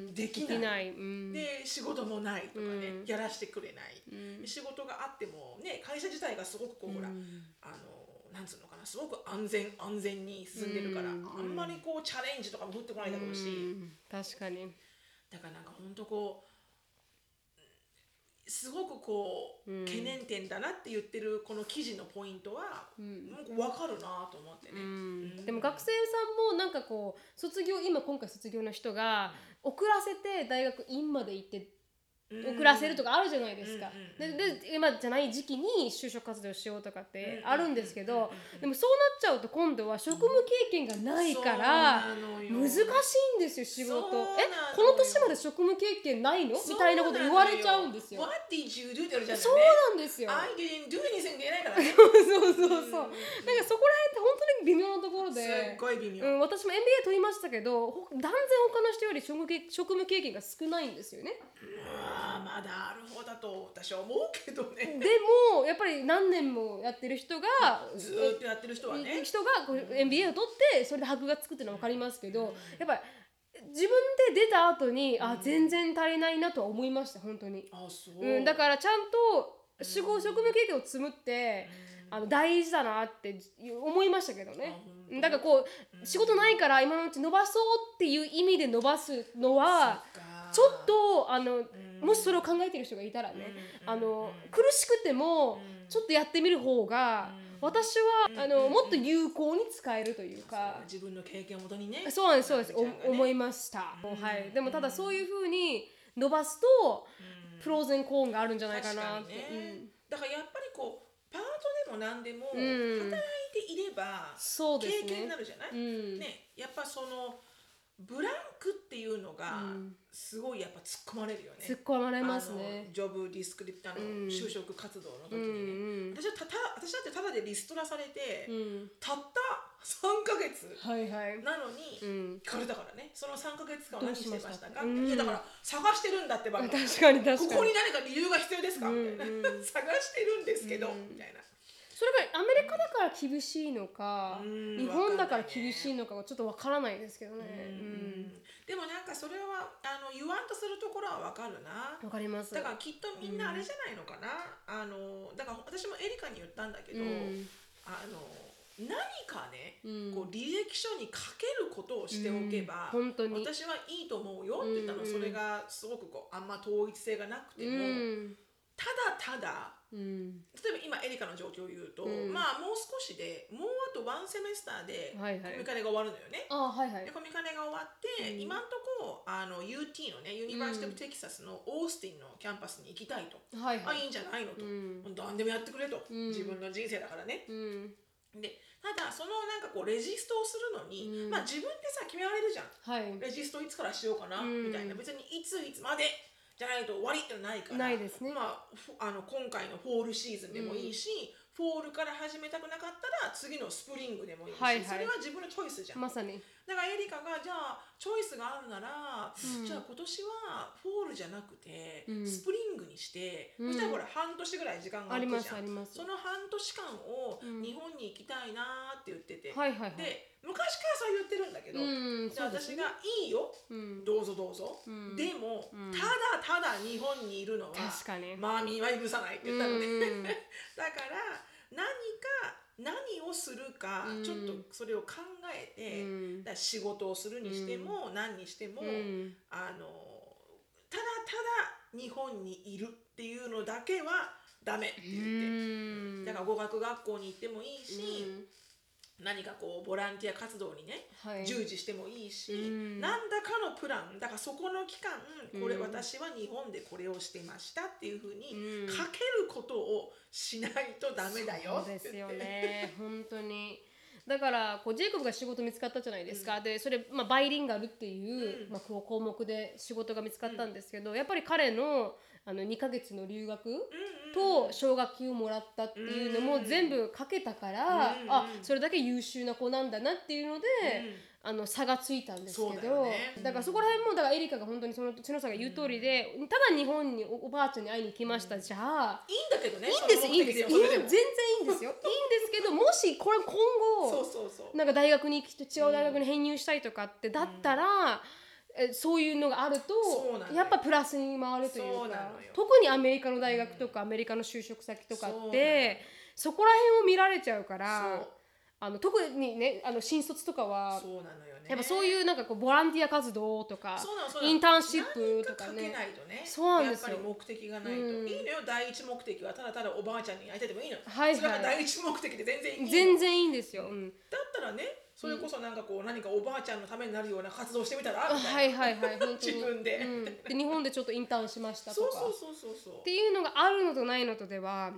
Speaker 2: にでき
Speaker 1: で
Speaker 2: な
Speaker 1: きない。
Speaker 2: い,、
Speaker 1: うん、
Speaker 2: で仕事もないとかね、
Speaker 1: うん
Speaker 2: やらしてくれない、
Speaker 1: うん
Speaker 2: 仕事があってもね会社自体がすごくこうほら、
Speaker 1: うん
Speaker 2: あのなんつうのかなすごく安全安全に進んでるから、
Speaker 1: うん
Speaker 2: あんまりこうチャレンジとかも降ってこないだろうし、
Speaker 1: うん確かに。
Speaker 2: だからなんか本当こうすごくこう、
Speaker 1: うん
Speaker 2: 懸念点だなって言ってるこの記事のポイントは、
Speaker 1: うん
Speaker 2: なんか分かるなと思ってね。
Speaker 1: うんでも学生さんもなんかこう卒業今今回卒業の人が遅らせて大学院まで行って遅らせると
Speaker 2: か、
Speaker 1: かあるじゃないですか。
Speaker 2: うんうんうん
Speaker 1: でで今じゃない時期に就職活動しようとかってあるんですけ
Speaker 2: うんうん
Speaker 1: ど
Speaker 2: うんうん
Speaker 1: でもそうなっちゃうと今度は職務経験がないから
Speaker 2: そうなのよ
Speaker 1: 難しいんですよ仕事。
Speaker 2: そうなのよ
Speaker 1: えこの年まで職務経験ないのみたいなこと言われちゃうんですよ。
Speaker 2: What did you do? って言われちゃうんだ
Speaker 1: そう
Speaker 2: よね。
Speaker 1: なんですよ。
Speaker 2: I didn't do anything って言えないからね。
Speaker 1: そうそうそう。なんかそこら辺って本当に微妙なところ
Speaker 2: すっ
Speaker 1: で、
Speaker 2: ごい微妙、
Speaker 1: うん、私も MBA 取りましたけどほ断然他の人より職務経職務経験が少ないんですよね。
Speaker 2: まあまだある方だと私は思うけど
Speaker 1: で
Speaker 2: ね
Speaker 1: もやっぱり何年もやってる人が
Speaker 2: ずーっとやってる人はね
Speaker 1: 人がこう MBA を取ってそれで箔がつくっていうのは分かりますけど、やっぱり自分で出た後に、あ全然足りないなとは思いました本当に、
Speaker 2: あそう、
Speaker 1: うん、だからちゃんと仕事職務経験を積むって、あの大事だなって思いましたけどね
Speaker 2: あ本
Speaker 1: うんだからこう仕事ないから今のうち伸ばそうっていう意味で伸ばすのは
Speaker 2: そっか
Speaker 1: ちょっとあの
Speaker 2: ん
Speaker 1: もしそれを考えてる人がいたらね
Speaker 2: うん
Speaker 1: あの
Speaker 2: うん
Speaker 1: 苦しくてもちょっとやってみる方が私はあのもっと有効に使えるというか
Speaker 2: 自分の経験をもとにね
Speaker 1: そうなんですそうなんです
Speaker 2: ちゃんがね
Speaker 1: お思いましたはいでもただそういうふうに伸ばすとプローゼンコーンがあるんじゃないか
Speaker 2: 確か
Speaker 1: なっ
Speaker 2: に
Speaker 1: て
Speaker 2: ね、だからやっぱりこうパートでも何でも働
Speaker 1: ん
Speaker 2: いていれば
Speaker 1: そうですね
Speaker 2: 経験になるじゃない、
Speaker 1: うん
Speaker 2: ね、やっぱそのブランクっていうのが
Speaker 1: うん
Speaker 2: すごいやっぱ突っ込まれるよね。
Speaker 1: うん突っ込まれますね
Speaker 2: あのジョブディスクリプター
Speaker 1: うん
Speaker 2: の就職活動の時
Speaker 1: うん
Speaker 2: にね、
Speaker 1: うん
Speaker 2: 私はたた私だってただでリストラされて、
Speaker 1: うん
Speaker 2: たった3ヶ月
Speaker 1: はいはい
Speaker 2: なのに、
Speaker 1: うん
Speaker 2: 聞かれたからねその3か月間は何してましたか
Speaker 1: どうしましたか
Speaker 2: いやだから探してるんだってばっ
Speaker 1: 確
Speaker 2: かり
Speaker 1: かに確かに
Speaker 2: ここに何か理由が必要ですかみたいな、
Speaker 1: う んう
Speaker 2: 探してるんですけど、
Speaker 1: うん
Speaker 2: みたいな
Speaker 1: それがアメリカだから厳しいのか、
Speaker 2: うん
Speaker 1: 日本だから厳しいのかがちょっとわからないですけどね。うん
Speaker 2: でもなんかそれはあの言わんとするところはわかるな
Speaker 1: わ、かります。
Speaker 2: だからきっとみんなあれじゃないのかな、あのだから私もエリカに言ったんだけど、
Speaker 1: うん
Speaker 2: あの何かね、
Speaker 1: うん
Speaker 2: こう履歴書に書けることをしておけば、
Speaker 1: うん本当に
Speaker 2: 私はいいと思うよって言った
Speaker 1: うん
Speaker 2: の、
Speaker 1: うん
Speaker 2: それがすごくこうあんま統一性がなくても、
Speaker 1: うん
Speaker 2: ただただ
Speaker 1: うん
Speaker 2: 例えば今エリカの状況を言うと、
Speaker 1: うん
Speaker 2: まあもう少しでもうあとワンセメスターでコ
Speaker 1: はいはい
Speaker 2: ミカネが終わるのよね。
Speaker 1: あはいはい
Speaker 2: で。コミカネが終わって、
Speaker 1: うん
Speaker 2: 今んとこあの UT のねユニバーシティ・オブ・テキサスのオースティンのキャンパスに行きたいと、
Speaker 1: はいは
Speaker 2: あ
Speaker 1: い。
Speaker 2: いいんじゃないの
Speaker 1: う
Speaker 2: と、
Speaker 1: ん
Speaker 2: 何でもやってくれと、
Speaker 1: うん
Speaker 2: 自分の人生だからね
Speaker 1: うん
Speaker 2: でただそのなんかこうレジストをするのに、
Speaker 1: うん
Speaker 2: まあ自分ってさ決められるじゃん
Speaker 1: はい。
Speaker 2: レジストいつからしようかな、
Speaker 1: うん
Speaker 2: みたいな別にいついつまでじゃないと終わりってのはないから
Speaker 1: ないですね
Speaker 2: まあ、ふあの今回のフォールシーズンでもいいし、フォールから始めたくなかったら次のスプリングでもいいし、
Speaker 1: はいはい
Speaker 2: それは自分のチョイスじゃん、
Speaker 1: まさに。
Speaker 2: だからエリカがじゃあチョイスがあるな
Speaker 1: うん
Speaker 2: ら、じゃあ今年はフォールじゃなくて、
Speaker 1: うん
Speaker 2: スプリングにして、
Speaker 1: うん
Speaker 2: そしたらほら半年ぐらい時間
Speaker 1: あ
Speaker 2: が空
Speaker 1: りま
Speaker 2: くじ
Speaker 1: すあ
Speaker 2: ゃん
Speaker 1: ります。
Speaker 2: その半年間
Speaker 1: う
Speaker 2: を
Speaker 1: ん
Speaker 2: 日本に行きたいなーって言ってて、
Speaker 1: はいはいはい。
Speaker 2: で昔からそれ言ってるんだけど、
Speaker 1: うん
Speaker 2: じゃあ
Speaker 1: そうです
Speaker 2: 私
Speaker 1: ね。
Speaker 2: が「いいよ
Speaker 1: うん
Speaker 2: どうぞどうぞ」
Speaker 1: うん
Speaker 2: でも、
Speaker 1: うん
Speaker 2: ただただ日本にいるのは
Speaker 1: 確かに。
Speaker 2: マーミーは許さないって言ったのね、
Speaker 1: うん
Speaker 2: だから何か何をするか、
Speaker 1: うん
Speaker 2: ちょっとそれを考えて、だから仕事をするにしても、何にしても、
Speaker 1: うんうん
Speaker 2: あのただただ日本にいるっていうのだけはダメって言って。
Speaker 1: うん
Speaker 2: だから語学学校に行ってもいいし、何かこうボランティア活動にね、
Speaker 1: うんはい。
Speaker 2: 従事してもいいし、
Speaker 1: うん
Speaker 2: 何らかのプランだからそこの期間これ、
Speaker 1: うん
Speaker 2: 私は日本でこれをしてましたっていうふう
Speaker 1: う
Speaker 2: に、
Speaker 1: ん
Speaker 2: かけることをしないとダメだよ
Speaker 1: そうで
Speaker 2: って言って
Speaker 1: すよ ね本当にだからこうジェイコブが仕事見つかったじゃないですか、でそれ、まあ、バイリンガルっていう、
Speaker 2: うん
Speaker 1: まあ、こう項目で仕事が見つかったんですけど、やっぱり彼のあの2ヶ月の留学
Speaker 2: うんうん
Speaker 1: と奨学金をもらったっていうの
Speaker 2: う
Speaker 1: も
Speaker 2: ん
Speaker 1: 全部かけたから、
Speaker 2: うん
Speaker 1: あそれだけ優秀な子なんだなっていうので、あの差がついたんですけど
Speaker 2: そう
Speaker 1: だ,、
Speaker 2: だよねうん
Speaker 1: からそこら辺もだからエリカが本当にその千乃さんが言う通りで、ただ日本におおばあちゃんに会いに来ました、じゃあ
Speaker 2: いいんだけどね
Speaker 1: いいんですよいいんですよいい
Speaker 2: その目的
Speaker 1: 全
Speaker 2: でも
Speaker 1: 然いいんですよいいんですけどもしこれ今
Speaker 2: そう
Speaker 1: 後
Speaker 2: そうそう
Speaker 1: なんか大学に行き違う大学に編入したいとかってだったら、えそういうのがある
Speaker 2: そうなの
Speaker 1: と
Speaker 2: よ
Speaker 1: やっぱプラスに回るとい
Speaker 2: そううな
Speaker 1: か
Speaker 2: のよ
Speaker 1: 特にアメリカの大学とか、アメリカの就職先とかってそこら辺を見られちゃうから
Speaker 2: そう
Speaker 1: あの特にねあの新卒とかは
Speaker 2: そうなのよね
Speaker 1: やっぱそういうなんかこうボランティア活動とか
Speaker 2: そうなのそうなの
Speaker 1: インターンシップとか
Speaker 2: 何
Speaker 1: ね
Speaker 2: かかけないとね
Speaker 1: そうなんですよ
Speaker 2: やっぱり目的がないと、
Speaker 1: うん
Speaker 2: いいのよ第一目的はただただおばあちゃんに会いたいでもいいのよ、
Speaker 1: はいはい
Speaker 2: それが第一目的で全然いいの
Speaker 1: 全然いいんですよ。うん
Speaker 2: だったらねそれこそなんかこう、何かおばあちゃんのためになるような活動してみたらみた
Speaker 1: はいいはいはい本当に
Speaker 2: 自分で
Speaker 1: うん、で日本でちょっとインターンしました
Speaker 2: な
Speaker 1: とか
Speaker 2: そうそうそうそうそう
Speaker 1: っていうのがあるのとないのとでは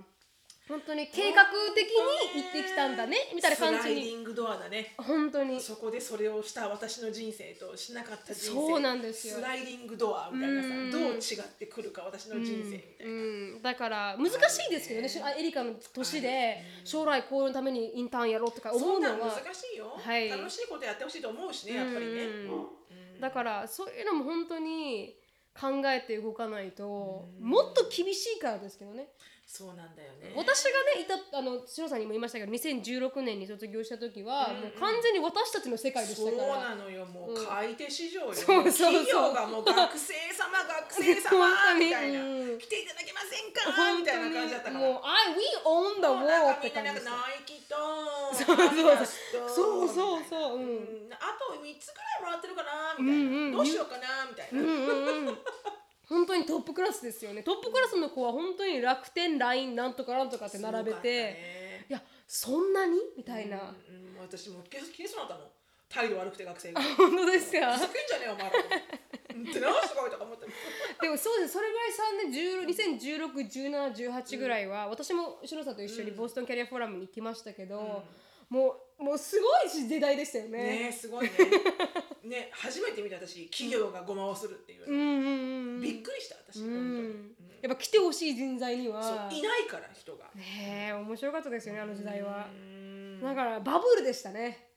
Speaker 1: 本当に計画的に行ってきたんだねみたいな感
Speaker 2: ス
Speaker 1: じ
Speaker 2: ライデ
Speaker 1: に
Speaker 2: ィングドアだね
Speaker 1: 本当に
Speaker 2: そこでそれをした私の人生としなかった人生
Speaker 1: そうなんですよ
Speaker 2: スライディングドアみたいなさ
Speaker 1: うん
Speaker 2: どう違ってくるか私の人生みたいな、
Speaker 1: うん、だから難しいですけどね、しあエリカの年で将来こういうためにインターンやろうとか思
Speaker 2: そ
Speaker 1: うんの
Speaker 2: な
Speaker 1: は
Speaker 2: ん難しいよ、
Speaker 1: はい
Speaker 2: 楽しいことやってほしいと思うしねやっぱりね、
Speaker 1: うんだからそういうのも本当に考えて動かないと、もっと厳しいからですけどね、
Speaker 2: そうなんだよね
Speaker 1: 私がねいたあのシロさんにも言いましたけど2016年に卒業した時は、
Speaker 2: うんう
Speaker 1: も
Speaker 2: ん
Speaker 1: う完全に私たちの世界でし
Speaker 2: そう
Speaker 1: たから
Speaker 2: なのよもう
Speaker 1: うん
Speaker 2: 買い手市場よ、
Speaker 1: そうそうそう
Speaker 2: 企業がもう学生様学生
Speaker 1: 本当
Speaker 2: 様
Speaker 1: に
Speaker 2: みたいな、
Speaker 1: うん
Speaker 2: 来ていただけませんかみ
Speaker 1: 本
Speaker 2: たい
Speaker 1: 当
Speaker 2: な
Speaker 1: に
Speaker 2: 感じだったから
Speaker 1: もう「I we own the
Speaker 2: もうなん
Speaker 1: world」っ
Speaker 2: か
Speaker 1: て
Speaker 2: みん
Speaker 1: 感じ
Speaker 2: ななん
Speaker 1: でし
Speaker 2: かナ
Speaker 1: た
Speaker 2: イキと
Speaker 1: そうそうそう
Speaker 2: アディダス と
Speaker 1: そうそうそううん
Speaker 2: うんあと3つぐらいもらってるかなみたいな、
Speaker 1: うんうん
Speaker 2: どうしようかなみたいな、
Speaker 1: うんうんうん本当にトップクラスですよねトップクラスの子は本当に楽天 LINE なんとかなんとかって並べ
Speaker 2: すごかった
Speaker 1: て、
Speaker 2: ね
Speaker 1: いやそんなにみたいな、
Speaker 2: うんうん私もう気にそうになったもん態度悪くて学生がふざ
Speaker 1: 本当ですか
Speaker 2: けんじゃねえよ お前らうんって何すごいとか思って
Speaker 1: でもそうですそれぐらい3年20161718ぐらいは、私もしのさんと一緒にボストンキャリアフォーラムに行きましたけど、もうもうすごい時代でしたよね
Speaker 2: ねえす ごいねね初めて見た私企業がごまをするっていう、
Speaker 1: うんうんうん
Speaker 2: びっくりした私、
Speaker 1: う
Speaker 2: 本
Speaker 1: んやっぱ来てほしい人材に
Speaker 2: 当に
Speaker 1: は
Speaker 2: そういないから人が、
Speaker 1: ねえ面白かったですよねあの時代は
Speaker 2: う、ん
Speaker 1: だからバブルでしたね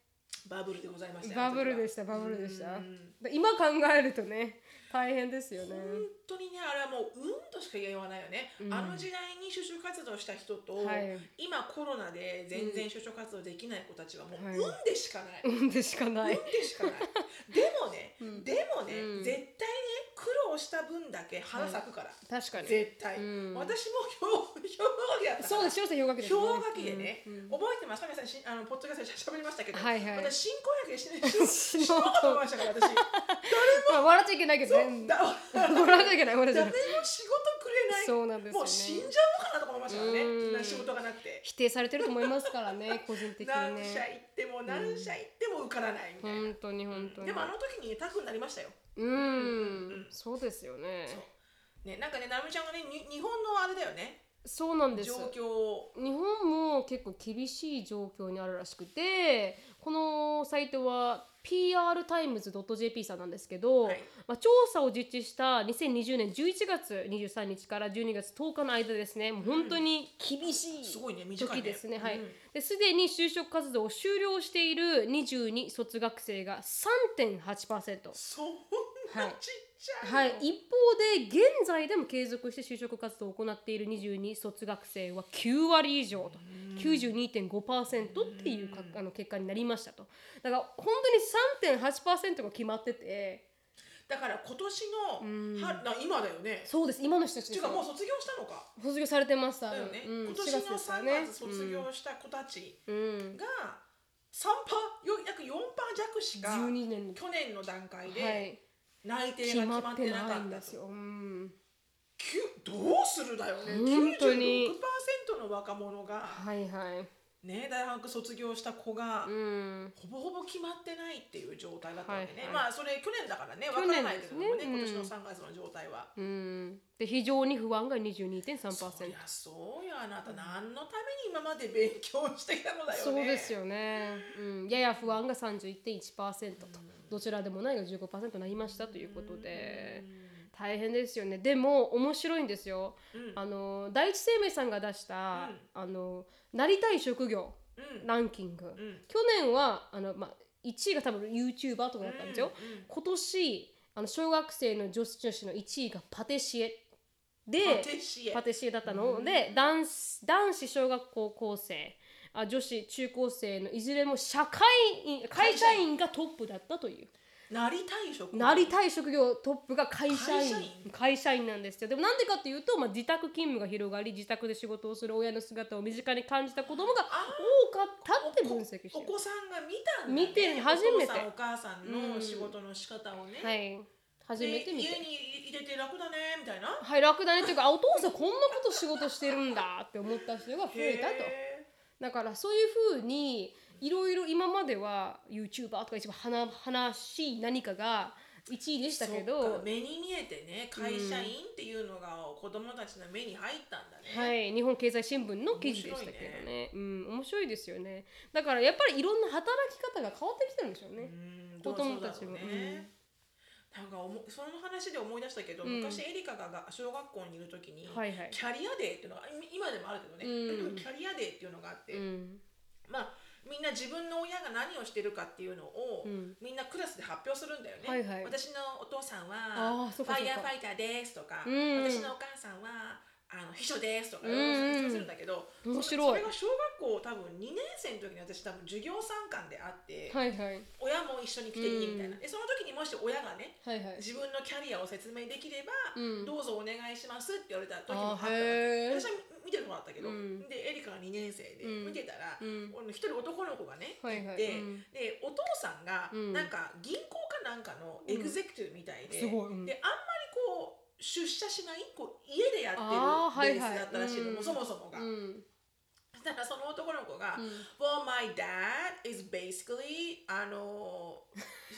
Speaker 2: バブルでございましたよ
Speaker 1: バブルでし
Speaker 2: あ
Speaker 1: た
Speaker 2: の時は
Speaker 1: バブルでした
Speaker 2: うん
Speaker 1: 今考えるとね大変ですよね
Speaker 2: 本当にねあれはもう運としか言いようがないよね、あの時代に就職活動した人と、
Speaker 1: はい
Speaker 2: 今コロナで全然就職活動できない子たちはもう
Speaker 1: はい
Speaker 2: 運でしかない、
Speaker 1: うんでしかない
Speaker 2: 運でしか ないでもね、でもね、
Speaker 1: うん
Speaker 2: 絶対ね苦労した分だけ花咲くから、
Speaker 1: 確かに
Speaker 2: 絶対、
Speaker 1: うん
Speaker 2: 私も氷氷河期だったから
Speaker 1: そうですしのさん氷河期です
Speaker 2: 氷河期でね、
Speaker 1: うんうん
Speaker 2: 覚えてます神谷さんしあのポッドキャストでしゃべりましたけど、
Speaker 1: はいはい
Speaker 2: 私新婚約で死ぬ死 ぬ
Speaker 1: 死のう
Speaker 2: かと思いましたから私
Speaker 1: まあ笑っちゃいけないけどね
Speaker 2: だ
Speaker 1: 笑っちゃいけない笑っちゃ
Speaker 2: 誰
Speaker 1: い
Speaker 2: も
Speaker 1: けない
Speaker 2: 仕事くれない
Speaker 1: そうなんですよね
Speaker 2: もう死んじゃうのかなとか思いましたからね
Speaker 1: うん
Speaker 2: そんな仕事がなくて
Speaker 1: 否定されてると思いますからね個人的に
Speaker 2: 何社
Speaker 1: ね
Speaker 2: 行っても何社行っても受からないみたいな、
Speaker 1: 本当に本当に
Speaker 2: でもあの時にタフになりましたよ
Speaker 1: うんそうですよね
Speaker 2: ね、なんかね、なるみちゃんがね、に日本のあれだよね、
Speaker 1: そうなんです
Speaker 2: 状況を。
Speaker 1: 日本も結構厳しい状況にあるらしくてこのサイトは prtimes.jp さんなんですけど、
Speaker 2: はい
Speaker 1: まあ、調査を実施した2020年11月23日から12月10日の間ですねもう本当に厳しい
Speaker 2: すごいね短いね
Speaker 1: 時ですね。はい
Speaker 2: うん
Speaker 1: ですでに就職活動を終了している22卒学生が3.8%。
Speaker 2: そんなちっちゃいの。
Speaker 1: はい、一方で現在でも継続して就職活動を行っている22卒学生は9割以上と92.5%っていうかあの結果になりましたとだから本当に3.8%が決まってて
Speaker 2: だから今年の春、な今だよね。
Speaker 1: そうです今の人たち
Speaker 2: て
Speaker 1: で
Speaker 2: い
Speaker 1: す
Speaker 2: うかもう
Speaker 1: よ
Speaker 2: 卒業したのか。
Speaker 1: 卒業されてます多
Speaker 2: だよ
Speaker 1: 分、
Speaker 2: ね。
Speaker 1: うん4
Speaker 2: 今年の
Speaker 1: ですから
Speaker 2: 3
Speaker 1: ね
Speaker 2: 月卒業した子たち
Speaker 1: うん、うん、
Speaker 2: が3パー、よ約4パー弱しか
Speaker 1: 12年の
Speaker 2: 去年の段階
Speaker 1: は
Speaker 2: で
Speaker 1: い
Speaker 2: 内定
Speaker 1: 決
Speaker 2: が決
Speaker 1: ま
Speaker 2: ま
Speaker 1: っ
Speaker 2: って
Speaker 1: て
Speaker 2: な
Speaker 1: ない
Speaker 2: か
Speaker 1: ん
Speaker 2: っ
Speaker 1: で
Speaker 2: た
Speaker 1: す
Speaker 2: と。
Speaker 1: よ、うん、
Speaker 2: きゅどうするだよね。
Speaker 1: 本当に
Speaker 2: 96%の若者が
Speaker 1: はいはい
Speaker 2: ね大学卒業した子が。
Speaker 1: うん
Speaker 2: ほぼほぼ決まってないっていう状態だったわけ
Speaker 1: は
Speaker 2: ね、
Speaker 1: いはい
Speaker 2: まあそれ去年だからねわ
Speaker 1: 去
Speaker 2: から
Speaker 1: 年
Speaker 2: ないけども
Speaker 1: で
Speaker 2: ね
Speaker 1: すねうん
Speaker 2: 今年の3月の状態は。
Speaker 1: うんで非常に不安が22.3%
Speaker 2: そりゃそうよあなた何のために今まで勉強してきたのだよね。
Speaker 1: そうですよね、うん、やや不安が31.1%と、どちらでもないが15%になりましたということで、大変ですよねでも面白いんですよ、
Speaker 2: うん
Speaker 1: あの第一生命さんが出した、あのなりたい職業
Speaker 2: うん
Speaker 1: ランキング、
Speaker 2: ん
Speaker 1: 去年はあの、まあ、1位が多分 YouTuber とかだったんですよ、
Speaker 2: うんうん
Speaker 1: 今年あの小学生の女子女子の1位がパティシエで
Speaker 2: パティシエ
Speaker 1: パティシエだったので男子男子小学校高生あ女子中高生のいずれも社会員会社員がトップだったという
Speaker 2: なりたい職
Speaker 1: なりたい職業トップが会社員
Speaker 2: 会社員
Speaker 1: 会社員なんですよでもなんでかっていうと、まあ、自宅勤務が広がり自宅で仕事をする親の姿を身近に感じた子供が多かったって分析してる
Speaker 2: お子さんが見たんだ、ね、
Speaker 1: 見て初めて
Speaker 2: お父さんお母さんの仕事の仕方をね、
Speaker 1: はい初
Speaker 2: で
Speaker 1: めて見て
Speaker 2: 家に入れて楽だねみたいな。
Speaker 1: はい楽だねというかあお父さんこんなこと仕事してるんだって思った人が増えたと。
Speaker 2: へ
Speaker 1: だからそういうふうにいろいろ今までは YouTuber とか一番話話しい何かが1位でしたけ
Speaker 2: そっか
Speaker 1: ど、
Speaker 2: 目に見えてね会社員っていうのが子供たちの目に入ったんだね、
Speaker 1: はい、日本経済新聞の記事でしたけどねうん、面白いですよねだからやっぱりいろんな働き方が変わってきてるんでしょうね。
Speaker 2: うん
Speaker 1: 子供たちも
Speaker 2: どうだろうねなんかおもその話で思い出したけど、
Speaker 1: うん
Speaker 2: 昔エリカがが小学校にいる時に、
Speaker 1: はいはい
Speaker 2: キャリアデーっていうのがい今でもあるけどね、
Speaker 1: うん
Speaker 2: キャリアデーっていうのがあって、
Speaker 1: うん
Speaker 2: まあみんな自分の親が何をしてるかっていうのを、
Speaker 1: うん
Speaker 2: みんなクラスで発表するんだよね。
Speaker 1: はいはい
Speaker 2: 私のお父さん
Speaker 1: あ
Speaker 2: は
Speaker 1: ー
Speaker 2: フ
Speaker 1: そうか
Speaker 2: ァイヤー
Speaker 1: そう
Speaker 2: フ
Speaker 1: か
Speaker 2: ァイターですとか、
Speaker 1: うん
Speaker 2: 私のお母さんはあの秘書ですとか、
Speaker 1: うん
Speaker 2: いろいろ説明するんだけど、
Speaker 1: 面
Speaker 2: それ
Speaker 1: 白い
Speaker 2: それが小学校多分2年生の時に私多分授業参観であって、
Speaker 1: はいはい
Speaker 2: 親も一緒に来ていいみたいな、
Speaker 1: うん
Speaker 2: でその時にもし親がね
Speaker 1: はいはい。
Speaker 2: 自分のキャリアを説明できれば、
Speaker 1: うん
Speaker 2: どうぞお願いしますって言われた時もあったわ
Speaker 1: あ
Speaker 2: け
Speaker 1: へー
Speaker 2: 私は見てもらったけど、
Speaker 1: うん
Speaker 2: でエリカが2年生で
Speaker 1: うん
Speaker 2: 見てたら
Speaker 1: うん
Speaker 2: あの一、人男の子がね、
Speaker 1: はいはい
Speaker 2: て、
Speaker 1: うん
Speaker 2: でお父さんが
Speaker 1: うん
Speaker 2: なんか銀行かなんかのエグゼクティブみたいで、
Speaker 1: すごいうん
Speaker 2: であんまりこう出社しないこう家でやって
Speaker 1: あーはい
Speaker 2: るレー
Speaker 1: はい
Speaker 2: スだったらしいの、
Speaker 1: うん
Speaker 2: そもそもが。
Speaker 1: うん
Speaker 2: そしたらその男の子が「
Speaker 1: うん
Speaker 2: Well, my dad is basically あの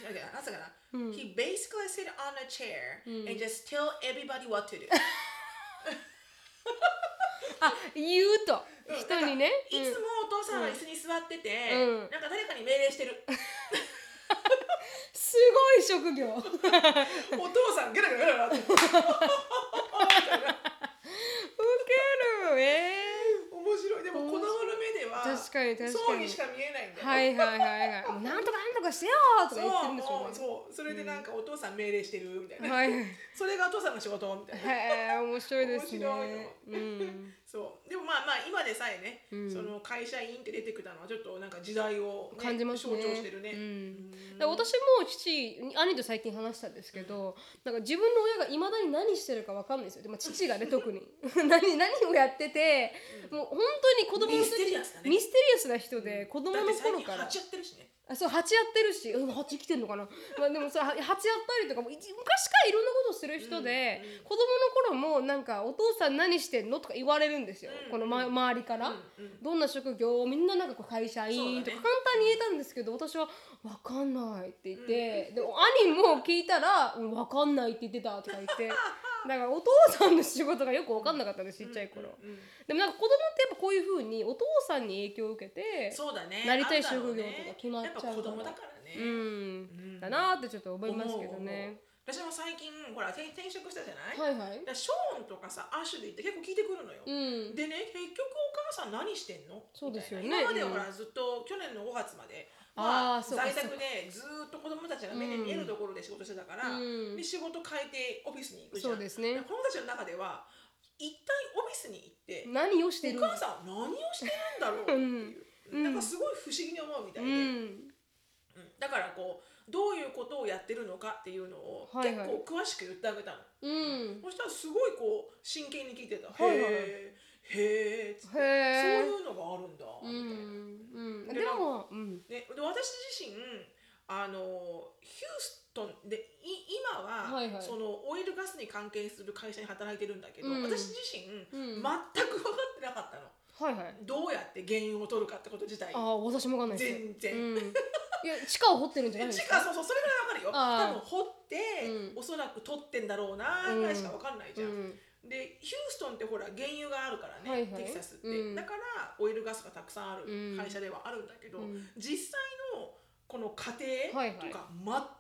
Speaker 2: なんつうかな、
Speaker 1: うん
Speaker 2: He basically sit on a chair、
Speaker 1: うん
Speaker 2: and just tell everybody what to do
Speaker 1: あ言うと
Speaker 2: うん
Speaker 1: 人にね。
Speaker 2: いつもお父さんは椅子に座ってて、
Speaker 1: うん
Speaker 2: なんか誰かに命令してる
Speaker 1: すごい職 業う
Speaker 2: お父さんゲラゲラゲラゲラって
Speaker 1: けるえ
Speaker 2: 面白いでも子供の目では
Speaker 1: 確かに確かに
Speaker 2: そうにしか見えないん
Speaker 1: ー、
Speaker 2: だよ、
Speaker 1: はいはいはいはい もうなんとかなんとかしてよーと
Speaker 2: そ
Speaker 1: か
Speaker 2: う
Speaker 1: 言ってるんでしょう
Speaker 2: もうそうそれでなんかお父さん命令してるみたい
Speaker 1: ね
Speaker 2: な、
Speaker 1: はいはい
Speaker 2: それがお父さんの仕事みたいな
Speaker 1: へー面白いですね
Speaker 2: 面白いの
Speaker 1: うん
Speaker 2: そうでもまあまあ今でさえね、
Speaker 1: うん
Speaker 2: その会社員って出てくたのはちょっとなんか時代を、ね、
Speaker 1: 感じますね
Speaker 2: 象徴してるね、
Speaker 1: うんだから私も父兄と最近話したんですけど、なんか自分の親がいまだに何してるかわかんないんですよで、まあ、父がね特に 何何をやってて、もう本当に子供の時
Speaker 2: ミステリアスだね
Speaker 1: ミステリアスな人で子供の
Speaker 2: だって最
Speaker 1: 頃
Speaker 2: 近
Speaker 1: か
Speaker 2: 貼
Speaker 1: ら
Speaker 2: っちゃってるしね
Speaker 1: あそう蜂やってるし、うん、蜂生きてんのかな、まあ、でもさ蜂やったりとかもい昔からいろんなことする人で、子供の頃もなんか「お父さん何してんの?」とか言われるんですよ、
Speaker 2: うん
Speaker 1: この、ま、周りから、
Speaker 2: うんうん
Speaker 1: どんな職業みんななんかこう会社員とか
Speaker 2: そうだね
Speaker 1: 簡単に言えたんですけど、私は「わかんない」って言って、で兄も聞いたら「うんわかんない」って言ってたとか言って だからお父さんの仕事がよくわかんなかったんですちっちゃい頃、
Speaker 2: うんうん
Speaker 1: でもなんか子供ってやっぱこういうふうにお父さんに影響を受けて
Speaker 2: そうだね
Speaker 1: なりたい
Speaker 2: あんだろうね
Speaker 1: 職業とか決まっちゃうから
Speaker 2: やっぱ子供だからね、
Speaker 1: う
Speaker 2: 思
Speaker 1: ん
Speaker 2: ん
Speaker 1: だなーってちょっと思いますけどね。
Speaker 2: う思う私も最近ほら転転職したじゃない、
Speaker 1: はいはい
Speaker 2: だからショーンとかさアシュリーって結構聞いてくるのよ、
Speaker 1: うん
Speaker 2: でね結局お母さん何してんの
Speaker 1: そうですよね
Speaker 2: みたいな今まで
Speaker 1: うん
Speaker 2: ほら、ずっと去年の5月まで、
Speaker 1: あ
Speaker 2: まあ、
Speaker 1: ーそうか
Speaker 2: 在宅でずーっと子供たちが目に見えるところで仕事してたから、
Speaker 1: うん
Speaker 2: で仕事変えてオフィスに行くじゃん
Speaker 1: そうですね
Speaker 2: で子供たちの中では一体オフィスに行って
Speaker 1: 何をしてる
Speaker 2: お
Speaker 1: ん
Speaker 2: 母さん何をしてるんだろうっていう、
Speaker 1: うん
Speaker 2: なんかすごい不思議に思うみた
Speaker 1: う
Speaker 2: いで、
Speaker 1: ん
Speaker 2: うんだからこうどういうことをやってるのかっていうのを
Speaker 1: はい
Speaker 2: 結
Speaker 1: はい
Speaker 2: 構詳しく言ってあげたの。
Speaker 1: うん
Speaker 2: そしたらすごいこう真剣に聞いてた。
Speaker 1: はいはい
Speaker 2: へえ、へえ、つって
Speaker 1: へー
Speaker 2: そういうのがあるんだ
Speaker 1: う
Speaker 2: みたいな。
Speaker 1: んうんでもうん
Speaker 2: ね、で私自身あのヒューストンでい今は、
Speaker 1: はいはい
Speaker 2: そのオイルガスに関係する会社に働いてるんだけど、
Speaker 1: うん
Speaker 2: 私自身、
Speaker 1: うん
Speaker 2: 全く分かってなかったの
Speaker 1: はいはい
Speaker 2: どうやって原油を取るかってこと自体
Speaker 1: ああ私もわかんないです
Speaker 2: 全然。
Speaker 1: うんいや地下を掘ってるんじゃないんで
Speaker 2: 地
Speaker 1: す
Speaker 2: 下
Speaker 1: か
Speaker 2: そうそうそれぐらいわ
Speaker 1: あー
Speaker 2: かるよ多分
Speaker 1: うん
Speaker 2: 掘って、おそらく取ってんだろうなぐらいしかわかんないじゃん、
Speaker 1: うん
Speaker 2: でヒューストンってほら原油があるからね、
Speaker 1: はいはい
Speaker 2: テキサスって、
Speaker 1: うん
Speaker 2: だからオイルガスがたくさんあ
Speaker 1: う
Speaker 2: る
Speaker 1: ん
Speaker 2: 会社ではあるんだけど、
Speaker 1: うん
Speaker 2: 実際のこの過程
Speaker 1: はいはい
Speaker 2: とか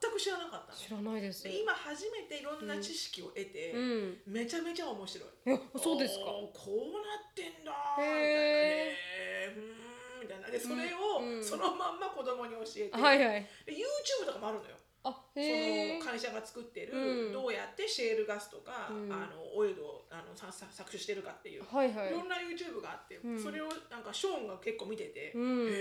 Speaker 2: 全く知らなかったの、
Speaker 1: 知らないです
Speaker 2: で今初めていろんな知識を得て、
Speaker 1: うん
Speaker 2: めちゃめちゃ面白い。
Speaker 1: えそうですか
Speaker 2: おーこうなってんだー
Speaker 1: へ
Speaker 2: みたいなねうーんみたいなでそれを
Speaker 1: うんうん
Speaker 2: そのまんま子供に教えて、
Speaker 1: はいはい
Speaker 2: で YouTube とかもあるのよ。
Speaker 1: あ
Speaker 2: そ
Speaker 1: へえ
Speaker 2: の会社が作って
Speaker 1: う
Speaker 2: る
Speaker 1: ん
Speaker 2: どうやってシェールガスとか、
Speaker 1: うん
Speaker 2: あのオイルをあのささ搾取してるかっていう、、
Speaker 1: はいはいい
Speaker 2: ろんな YouTube があって、
Speaker 1: ん
Speaker 2: それをなんかショーンが結構見てて「
Speaker 1: うん
Speaker 2: へえへ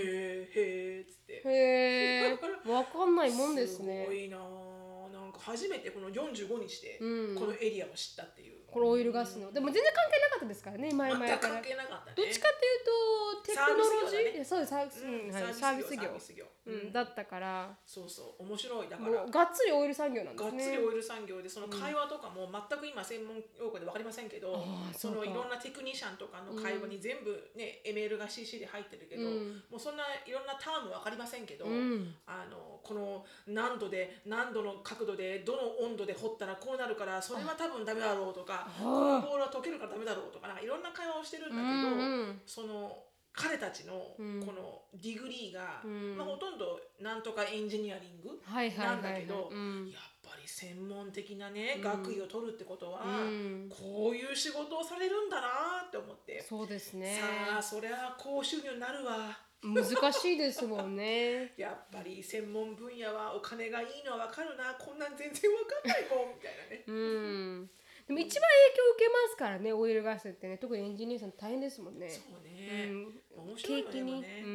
Speaker 2: え」っつって
Speaker 1: へえわかんないもんです
Speaker 2: ご
Speaker 1: ね
Speaker 2: いなあなんか初めてこの45にして、
Speaker 1: うん
Speaker 2: このエリアを知ったっていう
Speaker 1: これオイルガスのでも全然関係なかったですからね前々
Speaker 2: 全く
Speaker 1: から
Speaker 2: 関係なかったね
Speaker 1: どっちかっていうとテクノロジーいやそうですサービス
Speaker 2: うん
Speaker 1: うんはい
Speaker 2: サ
Speaker 1: サ
Speaker 2: ー
Speaker 1: ー
Speaker 2: ビ
Speaker 1: ビ
Speaker 2: ス
Speaker 1: ス
Speaker 2: 業
Speaker 1: 業
Speaker 2: サービス業
Speaker 1: うんだったから
Speaker 2: そうそう面白いだから
Speaker 1: もうがっつりオイル産業なんで
Speaker 2: が
Speaker 1: す
Speaker 2: っ
Speaker 1: ね
Speaker 2: つりオイル産業でその会話とかも全く今専門用語で分かりませんけど、
Speaker 1: あーそ
Speaker 2: そ
Speaker 1: うか
Speaker 2: のいろんなテクニシャンとかの会話に全部ね、ML が CC で入ってるけど、
Speaker 1: うん
Speaker 2: もうそんないろんなターム分かりませんけど、
Speaker 1: うん
Speaker 2: あのこの何度で何度の角度でえーどの温度で掘ったらこうなるからそれは多分ダメだろうとかこの
Speaker 1: あ
Speaker 2: ボールは溶けるからダメだろうとかなんかいろんな会話をしてる
Speaker 1: う
Speaker 2: んだけど、
Speaker 1: ん
Speaker 2: その彼たちのこ
Speaker 1: うん
Speaker 2: のディグリーが、
Speaker 1: うん
Speaker 2: まあ、ほとんどなんとかエンジニアリング、
Speaker 1: はいはいはいはい
Speaker 2: なんだけど
Speaker 1: うん
Speaker 2: やっぱり専門的なね、
Speaker 1: うん
Speaker 2: 学位を取るってことは、
Speaker 1: うん
Speaker 2: こういう仕事をされるんだなって思って、
Speaker 1: そうですね
Speaker 2: さあそりゃ高収入になるわ
Speaker 1: 難しいですもん ね
Speaker 2: やっぱり専門分野はお金がいいのはわかるなこんなん全然わかんないもんみたいなね
Speaker 1: うんでも一番影響受けますからねオイルガスってね特にエンジニアさん大変ですもんね
Speaker 2: そうね、面白
Speaker 1: 景
Speaker 2: いわね
Speaker 1: 気に、
Speaker 2: でもね
Speaker 1: う
Speaker 2: うん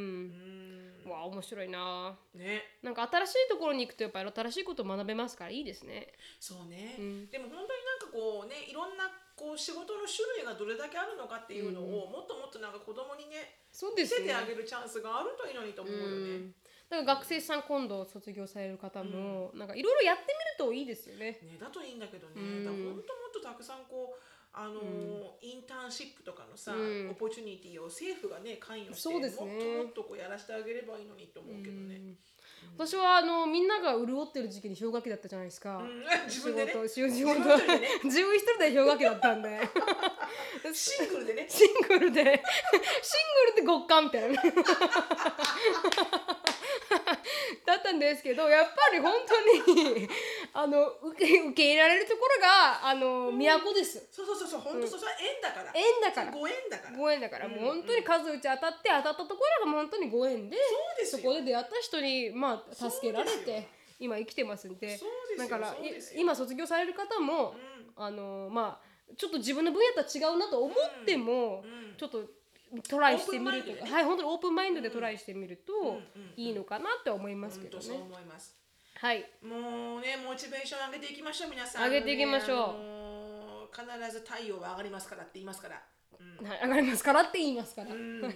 Speaker 2: ん
Speaker 1: うわあ面白いな
Speaker 2: ね
Speaker 1: なんか新しいところに行くとやっぱり新しいことを学べますからいいですね
Speaker 2: そうね、
Speaker 1: うん
Speaker 2: でも本当になんかこうねいろんなこう仕事の種類がどれだけあるのかっていうのを、もっともっとなんか子供にね
Speaker 1: そう
Speaker 2: 見
Speaker 1: です
Speaker 2: せ
Speaker 1: ね
Speaker 2: てあげるチャンスがあるといいのにと思うよね、
Speaker 1: うんだから学生さん今度卒業される方も、なんかいろいろやってみるといいですよね。
Speaker 2: ねだといいんだけどね、
Speaker 1: うん
Speaker 2: だからほんともっとたくさんこうあのーインターンシップとかのさ、
Speaker 1: うん
Speaker 2: オポチュニティを政府がね関与して
Speaker 1: そうですね
Speaker 2: もっともっとこうやらせてあげればいいのにと思うけどね、
Speaker 1: うん私はあのみんなが潤ってる時期に氷河期だったじゃないですか。
Speaker 2: うん 自分でね
Speaker 1: 仕事仕事
Speaker 2: 自分一人でね
Speaker 1: 自分一人で氷河期だったんで
Speaker 2: シングルでね
Speaker 1: シングルでシングルで極寒みたいなねだったんですけどやっぱり本当にあの受け受け入れられるところがあの都です
Speaker 2: そうそうそうそう本当そうそれは縁だから、
Speaker 1: 縁だから
Speaker 2: ご縁だから
Speaker 1: ご縁だから、
Speaker 2: うん
Speaker 1: もう本当に数打ち当たって当たったところがもう本当にご縁で
Speaker 2: そうです
Speaker 1: そ
Speaker 2: よ
Speaker 1: こで出会った人にまあ
Speaker 2: そうです
Speaker 1: 助
Speaker 2: よ
Speaker 1: けられて今生きてますんで
Speaker 2: そうです
Speaker 1: だ
Speaker 2: よ
Speaker 1: から
Speaker 2: そう
Speaker 1: い
Speaker 2: ですよ
Speaker 1: 今卒業される方も
Speaker 2: う、
Speaker 1: あのまあちょっと自分の分野とは違うなと思っても、
Speaker 2: んうん
Speaker 1: ちょっとトライしてみる
Speaker 2: オープ
Speaker 1: とか、
Speaker 2: ンマインドでね
Speaker 1: はい本当にオープンマインドでトライしてみる
Speaker 2: うん
Speaker 1: と
Speaker 2: うんうん
Speaker 1: いいのかなって思いますけど
Speaker 2: 本
Speaker 1: ね
Speaker 2: 当そう。思います
Speaker 1: はい、
Speaker 2: もうねモチベーション上げていきましょう皆さん
Speaker 1: 上げていきましょう
Speaker 2: あのー必ず太陽は上がりますからって言いますから、うん
Speaker 1: はい上がりますからって言いますから。
Speaker 2: うんね、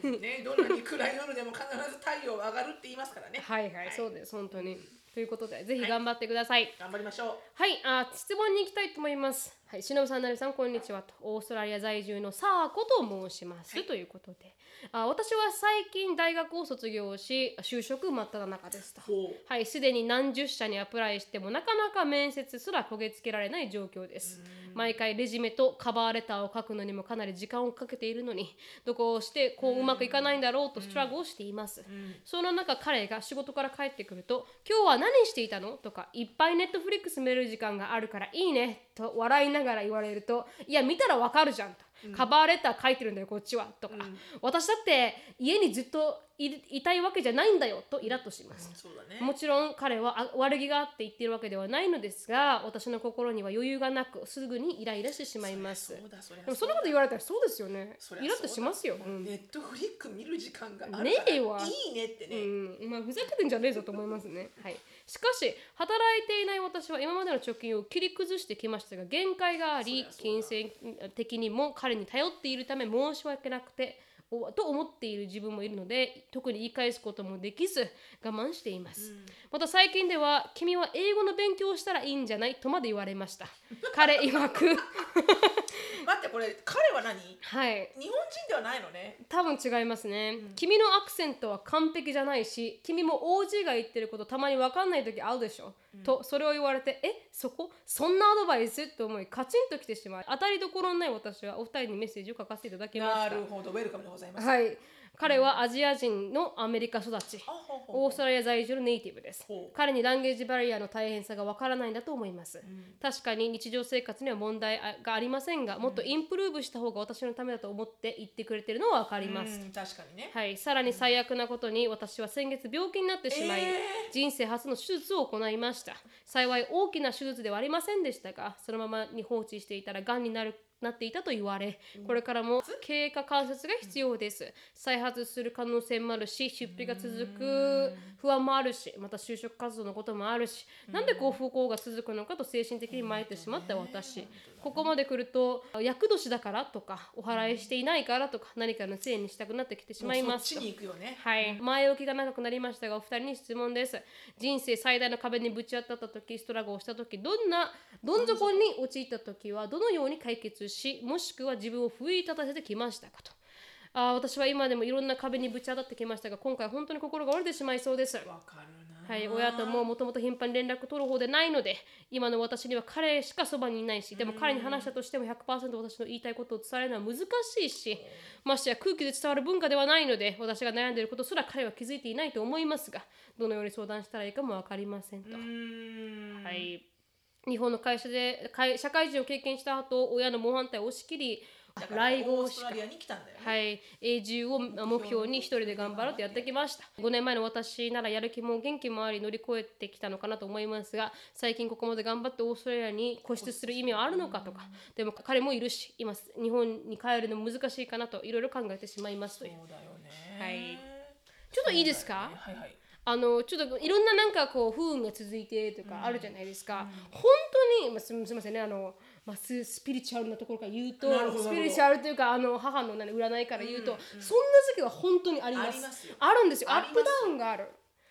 Speaker 2: どんなに暗い夜でも必ず太陽は上がるって言いますからね。
Speaker 1: はいはい、そうです本当に。ということでぜひ頑張ってください
Speaker 2: 頑張りましょ
Speaker 1: はい、あ質問に行きたいと思います。はい、しのぶさん、なるみさん、こんにちはと。オーストラリア在住のサーコと申します。ということであ、私は最近大学を卒業し、就職真っ只中ですと
Speaker 2: う。。ほう
Speaker 1: はい、すでに何十社にアプライしてもなかなか面接すら焦げ付けられない状況です。毎回レジュメとカバーレターを書くのにもかなり時間をかけているのに、どこをしてこううまくいかないんだろうとストラグをしています。その中彼が仕事から帰ってくると「今日は何していたの?」とか「いっぱいネットフリックス見れる時間があるからいいね」と笑いながら言われると「いや見たらわかるじゃん」と。カバーレター書いてるんだよこっちはとか、私だって家にずっといいたいわけじゃないんだよとイラッとします、
Speaker 2: そうだね。
Speaker 1: もちろん彼はあ悪気があって言ってるわけではないのですが私の心には余裕がなくすぐにイライラしてしまいます
Speaker 2: そうだそりゃ
Speaker 1: でも
Speaker 2: そ
Speaker 1: そん
Speaker 2: うだ
Speaker 1: なこと言われたらそうですよね
Speaker 2: そりゃ
Speaker 1: イラッとしますよ、うん
Speaker 2: ネットフリック見る時間があるから
Speaker 1: ねえわ
Speaker 2: いいねってね。
Speaker 1: うん、まあふざけてんじゃねえぞと思いますね。はい。しかし働いていない私は今までの貯金を切り崩してきましたが限界があり
Speaker 2: そり
Speaker 1: 金
Speaker 2: ゃそう
Speaker 1: 銭的にも彼に頼っているため申し訳なくておと思っている自分もいるので特に言い返すこともできず我慢しています、また最近では「君は英語の勉強をしたらいいんじゃない?」とまで言われました彼曰く
Speaker 2: 待ってこれ彼は何？日
Speaker 1: はい
Speaker 2: 本人ではないのね。
Speaker 1: 多分違いますね、君のアクセントは完璧じゃないし君も OG が言ってることたまに分かんない時あるでしょ、とそれを言われてえそこそんなアドバイスと思いカチンときてしまい当たりどころのない私はお二人にメッセージを書かせていただきました
Speaker 2: なるほどウェルカムでございます。
Speaker 1: はい彼はアジア人のアメリカ育ち
Speaker 2: あほうほう
Speaker 1: オーストラリア在住のネイティブです
Speaker 2: ほう
Speaker 1: 彼にランゲージバリアの大変さがわからないんだと思います、確かに日常生活には問題がありませんがもっとインプルーブした方が私のためだと思って言ってくれてるのはわかります、
Speaker 2: うん確かにね。
Speaker 1: はい、さらに最悪なことに私は先月病気になってしまい、
Speaker 2: えー
Speaker 1: 人生初の手術を行いました幸い大きな手術ではありませんでしたがそのままに放置していたらがんになるなっていたと言われこれからも経過観察が必要です再発する可能性もあるし出費が続く不安もあるしまた就職活動のこともあるしなんでこう不幸が続くのかと精神的に参ってしまった私ここまで来ると厄年だからとかお祓いしていないからとか何かのせいにしたくなってきてしまい
Speaker 2: も
Speaker 1: ま
Speaker 2: う
Speaker 1: す
Speaker 2: そっちに行くよね。
Speaker 1: はい、前置きが長くなりましたがお二人に質問です人生最大の壁にぶち当たった時ストラゴをした時どんなどん底に陥った時はどのように解決しもしくは自分を奮い立たせてきましたかとあー私は今でもいろんな壁にぶち当たってきましたが今回本当に心が折れてしまいそうです
Speaker 2: わかるな。
Speaker 1: はい、親とももともと頻繁に連絡取る方でないので今の私には彼しかそばにいないしでも彼に話したとしても100%私の言いたいことを伝えるのは難しいしましてや空気で伝わる文化ではないので私が悩んでいることすら彼は気づいていないと思いますがどのように相談したらいいかも分かりませんと。
Speaker 2: うん
Speaker 1: はい、日本の会社で会社会人を経験した後親の猛反対を押し切り
Speaker 2: だから
Speaker 1: 来
Speaker 2: オ
Speaker 1: 合
Speaker 2: ー
Speaker 1: し
Speaker 2: スト
Speaker 1: か
Speaker 2: ラリアに来たんだよね、
Speaker 1: はい、永住を目標に一人で頑張ろうとやってきました5年前の私ならやる気も元気もあり乗り越えてきたのかなと思いますが最近ここまで頑張ってオーストラリアに固執する意味はあるのかとかでも彼もいるし今日本に帰るのも難しいかなといろいろ考えてしまいますという
Speaker 2: そうだよね
Speaker 1: はいちょっといいですか、
Speaker 2: はいはい
Speaker 1: あのちょっといろんななんかこう不運が続いてとかあるじゃないですか、本当に、まあ、すみすみませんねあの、まあ、ススピリチュアルなところから言うと
Speaker 2: なるほど
Speaker 1: スピリチュアルというかあの母の何占いから言うと、そんな時期は本当にあります
Speaker 2: ありますよ
Speaker 1: あるんですよア
Speaker 2: あ
Speaker 1: ッ
Speaker 2: ります
Speaker 1: プダウンがある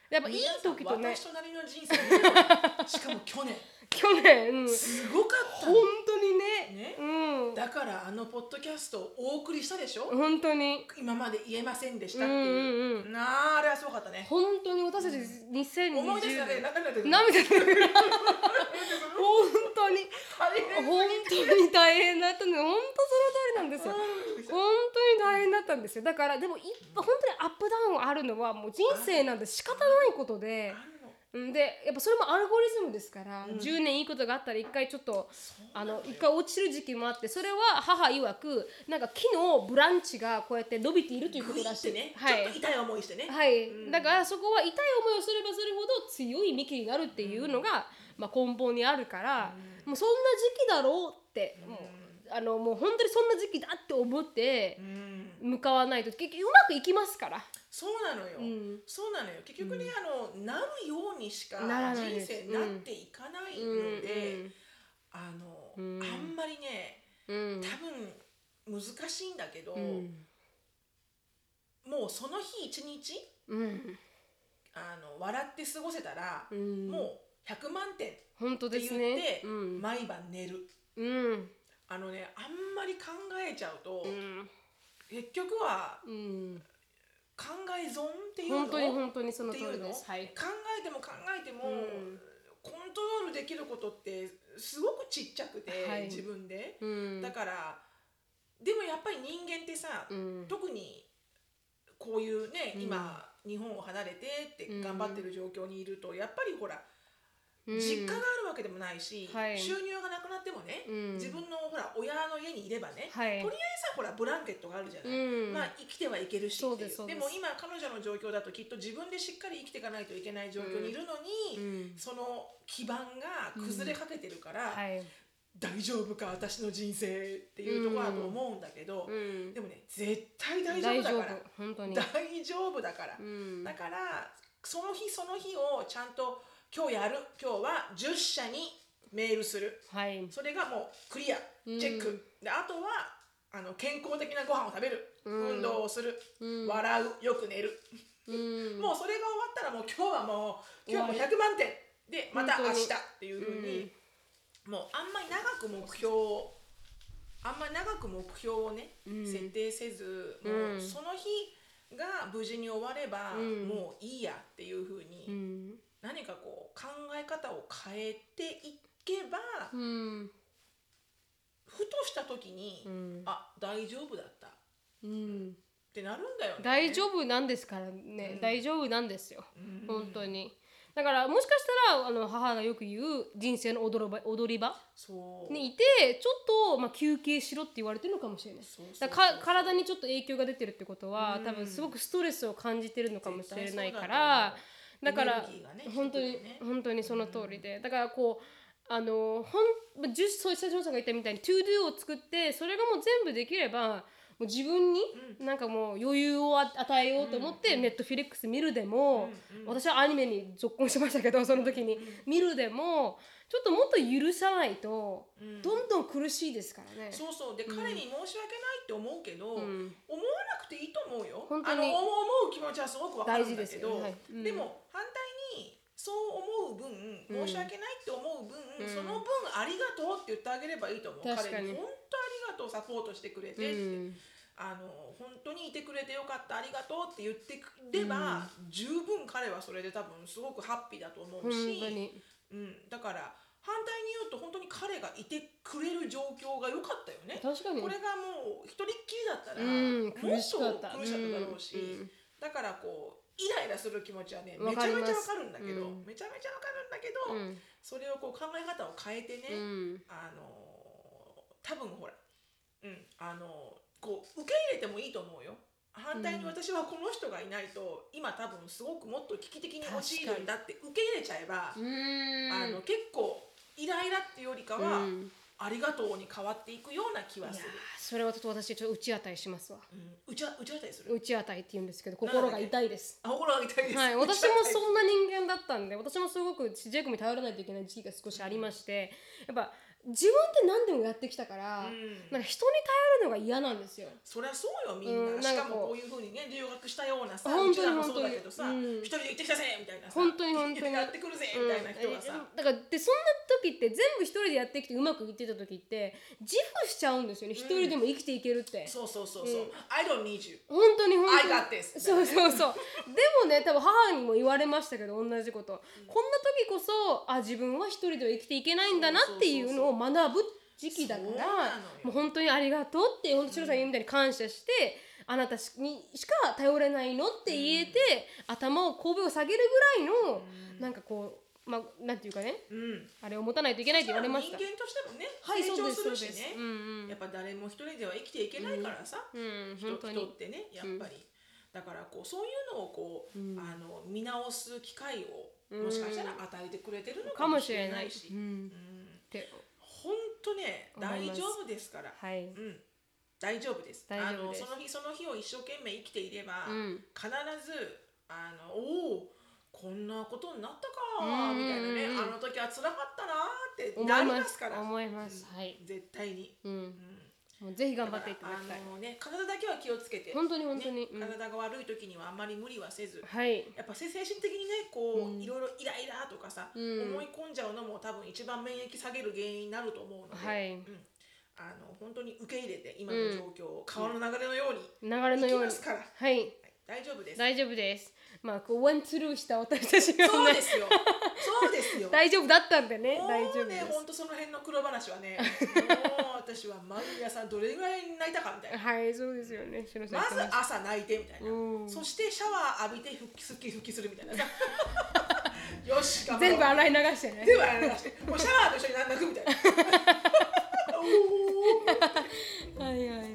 Speaker 1: やっぱいい
Speaker 2: 皆さん
Speaker 1: 時とね
Speaker 2: 私となりの人生見てたよしかも去年
Speaker 1: 去年、うん、
Speaker 2: すごかった
Speaker 1: 本
Speaker 2: の
Speaker 1: 当にね
Speaker 2: ね
Speaker 1: うん
Speaker 2: だからあのポッドキャストをお送りしたでしょ、
Speaker 1: 本当に
Speaker 2: 今まで言えませんでしたっていう,、
Speaker 1: うんうん
Speaker 2: なああれはすごかったね
Speaker 1: 本当に私たち2020年
Speaker 2: 思い出したね涙出てくる
Speaker 1: 涙出て くる本当に
Speaker 2: 大変
Speaker 1: 本当に大変だったの本当その通りなんですよ本当に大変だったんですよだからでもい本当にアップダウンあるのはもう人生なんで仕方ないことで
Speaker 2: あるの
Speaker 1: うんでやっぱそれもアルゴリズムですから、10年いいことがあったら一回ちょっとあの一回落ちる時期もあってそれは母曰くなんか木のブランチがこうやって伸びているというこ
Speaker 2: グイ
Speaker 1: とら
Speaker 2: っ
Speaker 1: しい
Speaker 2: てね、
Speaker 1: はい
Speaker 2: ちょっと痛い思いしてね、
Speaker 1: はい、だからそこは痛い思いをすればするほど強い幹になるっていうのが、まあ、根本にあるから、もうそんな時期だろうって、もうあのもう本当にそんな時期だって思って
Speaker 2: うん
Speaker 1: 向かわないと結局うまくいきますから。
Speaker 2: そうなのよ、
Speaker 1: ん
Speaker 2: そうなのよ結局ね、あのなるようにしか人
Speaker 1: ならないです
Speaker 2: 生なっていかないので、あの、
Speaker 1: うん
Speaker 2: あんまりね
Speaker 1: うんうん
Speaker 2: 多分難しいんだけど、
Speaker 1: うん
Speaker 2: もうその日一日
Speaker 1: うん
Speaker 2: あの笑って過ごせたら、
Speaker 1: うん
Speaker 2: もう100万点って
Speaker 1: 本当で
Speaker 2: 言っ
Speaker 1: す
Speaker 2: て、
Speaker 1: ね。うん
Speaker 2: 毎晩寝る
Speaker 1: うん
Speaker 2: あのねあんまり考えちゃうと、
Speaker 1: うん
Speaker 2: 結局は
Speaker 1: うん
Speaker 2: 考え損っていうの
Speaker 1: 本当に本当にその
Speaker 2: って
Speaker 1: 通
Speaker 2: いう
Speaker 1: り
Speaker 2: の、
Speaker 1: です。はい。
Speaker 2: 考えても考えても、
Speaker 1: うん
Speaker 2: コントロールできることってすごくちっちゃくて、
Speaker 1: はい
Speaker 2: 自分で、
Speaker 1: うん
Speaker 2: だからでもやっぱり人間ってさ、
Speaker 1: うん
Speaker 2: 特にこういうね、
Speaker 1: うん
Speaker 2: 今日本を離れてって
Speaker 1: うん
Speaker 2: 頑張ってる状況にいると、やっぱりほら、
Speaker 1: うん
Speaker 2: 実家があるわけでもないし、
Speaker 1: はい
Speaker 2: 収入がなくなってもね、
Speaker 1: うん
Speaker 2: 自分のほら親の家にいればね、
Speaker 1: はい
Speaker 2: とりあえずはほらブランケットがあるじゃない、
Speaker 1: うん
Speaker 2: まあ生きてはいけるしってい
Speaker 1: そうですそう
Speaker 2: で
Speaker 1: です
Speaker 2: も今彼女の状況だときっと自分でしっかり生きていかないといけない状況にいるの
Speaker 1: うん
Speaker 2: に、その基盤が崩れかけてるから、
Speaker 1: はい。
Speaker 2: 大丈夫か私の人生っていうところだと思うんだけど、
Speaker 1: うん
Speaker 2: でもね絶対大丈夫だから
Speaker 1: 本当に。
Speaker 2: 大丈夫だから、
Speaker 1: うん
Speaker 2: だからその日その日をちゃんと今日やる今日は10社にメールする
Speaker 1: はい。
Speaker 2: それがもうクリア
Speaker 1: うん
Speaker 2: チェック、であとはあの健康的なご飯を食べる、
Speaker 1: うん
Speaker 2: 運動をする、
Speaker 1: うん
Speaker 2: 笑うよく寝る、
Speaker 1: うん
Speaker 2: もうそれが終わったらもう今日はもう今日も
Speaker 1: 終
Speaker 2: 100万点でまた
Speaker 1: 本当
Speaker 2: 明
Speaker 1: に
Speaker 2: 日っていうふうに、もうあんまり長く目標をあんまり長く目標をね、
Speaker 1: ん
Speaker 2: 設定せずもううんその日が無事に終われば、
Speaker 1: うん
Speaker 2: もういいやっていうふう
Speaker 1: う
Speaker 2: に、
Speaker 1: ん。
Speaker 2: 何かこう考え方を変えていけば、
Speaker 1: うん。
Speaker 2: ふとした時に、
Speaker 1: うん
Speaker 2: あ大丈夫だったっ
Speaker 1: うん。
Speaker 2: てなるんだよね。
Speaker 1: 大丈夫なんですからね、大丈夫なんですよ、
Speaker 2: ん
Speaker 1: 本当にだからもしかしたらあの母がよく言う人生の踊り場踊り場
Speaker 2: そう、
Speaker 1: にいてちょっと、まあ、休憩しろって言われてるのかもしれない
Speaker 2: そうそう
Speaker 1: だからか体にちょっと影響が出てるってことは、多分すごくストレスを感じてるのかもしれないからだ
Speaker 2: 絶対そうだと思う
Speaker 1: から
Speaker 2: エネルギーがね
Speaker 1: 本当に、
Speaker 2: 低くてね
Speaker 1: 本当にその通りで、だからこうあのほんまあジュそう久島さんが言ったみたいに to do を作ってそれがもう全部できればもう自分になんかもう余裕をあ与えようと思って、ネットフィリックス見るでも、私はアニメに続行してましたけどその時に、見るでもちょっともっと許さないと、
Speaker 2: うん
Speaker 1: どんどん苦しいですからね。
Speaker 2: そうそうで、彼に申し訳ないって思うけど、
Speaker 1: ん
Speaker 2: 思わなくていいと思うよ
Speaker 1: 本当
Speaker 2: あ
Speaker 1: に
Speaker 2: の思う思う気持ちはすごくわかるんだ
Speaker 1: 大事です
Speaker 2: け
Speaker 1: よ
Speaker 2: ど
Speaker 1: ねはいうん
Speaker 2: でも反対にそう思う分、申し訳ないって思う分、その分ありがとうって言ってあげればいいと思う
Speaker 1: 確か
Speaker 2: 彼
Speaker 1: に
Speaker 2: に本当ありがとうサポートしてくれてって、
Speaker 1: うん
Speaker 2: あの本当にいてくれてよかったありがとうって言ってくれば、十分彼彼はそれで多分すごくハッピーだと思
Speaker 1: 本
Speaker 2: うし、
Speaker 1: 当に
Speaker 2: うん、だから反対に言うと本当に彼がいてくれる状況が良かったよね。
Speaker 1: 確かに
Speaker 2: これがもう一人っきりだったら
Speaker 1: うん苦
Speaker 2: もっと
Speaker 1: しかった
Speaker 2: 苦しかっただろうし、
Speaker 1: うん
Speaker 2: だからこうイライラする気持ちはね
Speaker 1: わ
Speaker 2: めち
Speaker 1: か
Speaker 2: ゃ
Speaker 1: り
Speaker 2: め
Speaker 1: ます
Speaker 2: ちゃわかるんだけど、
Speaker 1: うん
Speaker 2: めちゃめちゃわかるんだけ
Speaker 1: うん
Speaker 2: ど、それをこう考え方を変えてね、
Speaker 1: うん
Speaker 2: あのー多分ほら、うん、あのーこう受け入れてもいいと思うよ。反対に
Speaker 1: うん
Speaker 2: 私はこの人がいないと、今多分すごくもっと危機的に陥
Speaker 1: 確か
Speaker 2: る
Speaker 1: に
Speaker 2: んだって受け入れちゃえば、
Speaker 1: うん
Speaker 2: あの結構イライラっていうよりかは、
Speaker 1: うん
Speaker 2: ありがとうに変わっていくような気
Speaker 1: いや
Speaker 2: は
Speaker 1: ー
Speaker 2: する。
Speaker 1: それはちょっと私ちょっと内当たりしますわ
Speaker 2: うん、うちはうちはたりする。
Speaker 1: 内当たりって言うんですけど心が痛い です
Speaker 2: あ、心が痛いです。
Speaker 1: はい、私も
Speaker 2: う。
Speaker 1: そんな人間だったんで私もすごくジェイクに頼らないといけない時期が少しありましてやっぱ自分って何でもやってきたから、
Speaker 2: うん
Speaker 1: なんか人に頼るのが嫌なんですよ。
Speaker 2: そりゃそうよみんな,、
Speaker 1: うんなん
Speaker 2: し
Speaker 1: か
Speaker 2: かも
Speaker 1: こ
Speaker 2: こ
Speaker 1: う
Speaker 2: ういうふうにね留学したようなさ
Speaker 1: 本当
Speaker 2: うち
Speaker 1: に
Speaker 2: らもそうだけどさ、
Speaker 1: 本当にうん
Speaker 2: 一人で行ってきたぜみたいなさ
Speaker 1: 本当に本当に
Speaker 2: やってくるぜみたいな人がさ、
Speaker 1: うんだからでそんな時って全部一人でやってきてうまくいってた時って自負しちゃうんですよね一人でも生きていけるって。
Speaker 2: そうそうそうそう
Speaker 1: うん
Speaker 2: I don't need you
Speaker 1: 本当に本当に
Speaker 2: I got this
Speaker 1: そうそうそうでもね多分母にも言われましたけど同じこと、こんな時こそあ自分は一人では生きていけないんだなっていうのを学ぶ時期だから
Speaker 2: そうなのよ
Speaker 1: もう本当にありがとうって本当シロさん言うみたいに感謝して、あなたしにしか頼れないのって言えて、頭を神戸を下げるぐらいの、なんかこうまあなんていうかね
Speaker 2: うん
Speaker 1: あれを持たないといけないって言われました
Speaker 2: 人。間としてもね、
Speaker 1: はい、
Speaker 2: 成
Speaker 1: そう
Speaker 2: 長
Speaker 1: です、
Speaker 2: す
Speaker 1: そう
Speaker 2: る
Speaker 1: で
Speaker 2: し
Speaker 1: す。
Speaker 2: ね
Speaker 1: うん、うん
Speaker 2: やっぱ誰も一人では生きていけないからさ、
Speaker 1: うん、
Speaker 2: 人
Speaker 1: 本当に。
Speaker 2: 人ってねやっぱり、だからこうそういうのをこう、
Speaker 1: うん
Speaker 2: あの見直す機会をもしかしたら与えてくれてるの
Speaker 1: か
Speaker 2: か
Speaker 1: も
Speaker 2: も
Speaker 1: し
Speaker 2: し
Speaker 1: れ
Speaker 2: れ
Speaker 1: な。
Speaker 2: ないいうし、
Speaker 1: ん、
Speaker 2: うん
Speaker 1: って
Speaker 2: 本当ね
Speaker 1: 思
Speaker 2: 大
Speaker 1: います
Speaker 2: 丈夫ですから、
Speaker 1: はい。
Speaker 2: うん大丈夫です
Speaker 1: 大丈夫です
Speaker 2: あのその日その日を一生懸命生きていれば、
Speaker 1: うん
Speaker 2: 必ずあのおおこんなことになった
Speaker 1: うんうんう
Speaker 2: か
Speaker 1: ん
Speaker 2: みたいなねあの時は辛かったなーって
Speaker 1: 思
Speaker 2: ないり
Speaker 1: ま
Speaker 2: ます
Speaker 1: す
Speaker 2: から
Speaker 1: 思いますはい、
Speaker 2: 絶対に、
Speaker 1: う、
Speaker 2: うんん、
Speaker 1: もうぜひ頑張っていただき
Speaker 2: だか
Speaker 1: たい
Speaker 2: らあのね体だけは気をつけて
Speaker 1: 本当に本当に
Speaker 2: ね
Speaker 1: うん
Speaker 2: 体が悪い時にはあんまり無理はせず
Speaker 1: はい
Speaker 2: やっぱ精神的にねこう、
Speaker 1: うん
Speaker 2: いろいろイライラとかさ、
Speaker 1: うん
Speaker 2: 思い込んじゃうのも多分一番免疫下げる原因になると思うので、
Speaker 1: はい
Speaker 2: うん、あの本当に受け入れて今の状況を、川の流れのように、
Speaker 1: 流れのよう
Speaker 2: いき
Speaker 1: に
Speaker 2: ますから
Speaker 1: はい
Speaker 2: はい大丈夫です。
Speaker 1: 大丈夫ですまあこうワンツルーした私たちが
Speaker 2: そうで
Speaker 1: ね
Speaker 2: すよ。そうですよ。
Speaker 1: 大丈夫だったんでね大丈
Speaker 2: も
Speaker 1: 夫
Speaker 2: う
Speaker 1: で
Speaker 2: ね、
Speaker 1: す
Speaker 2: 本当その辺の黒話はね、もう私は毎朝どれぐらい泣いたかみたいな。
Speaker 1: はいそうですよねしのさん
Speaker 2: ま
Speaker 1: 言って
Speaker 2: ず
Speaker 1: ました
Speaker 2: 朝泣いてみたいな
Speaker 1: うん。
Speaker 2: そしてシャワー浴びて復帰すっきり復帰する みたいなさ。よし、頑張ろ
Speaker 1: 全
Speaker 2: う
Speaker 1: 部洗い流してね
Speaker 2: 全部洗い流して。もうシャワーと一緒に泣くみたい な。おー
Speaker 1: はいはいはい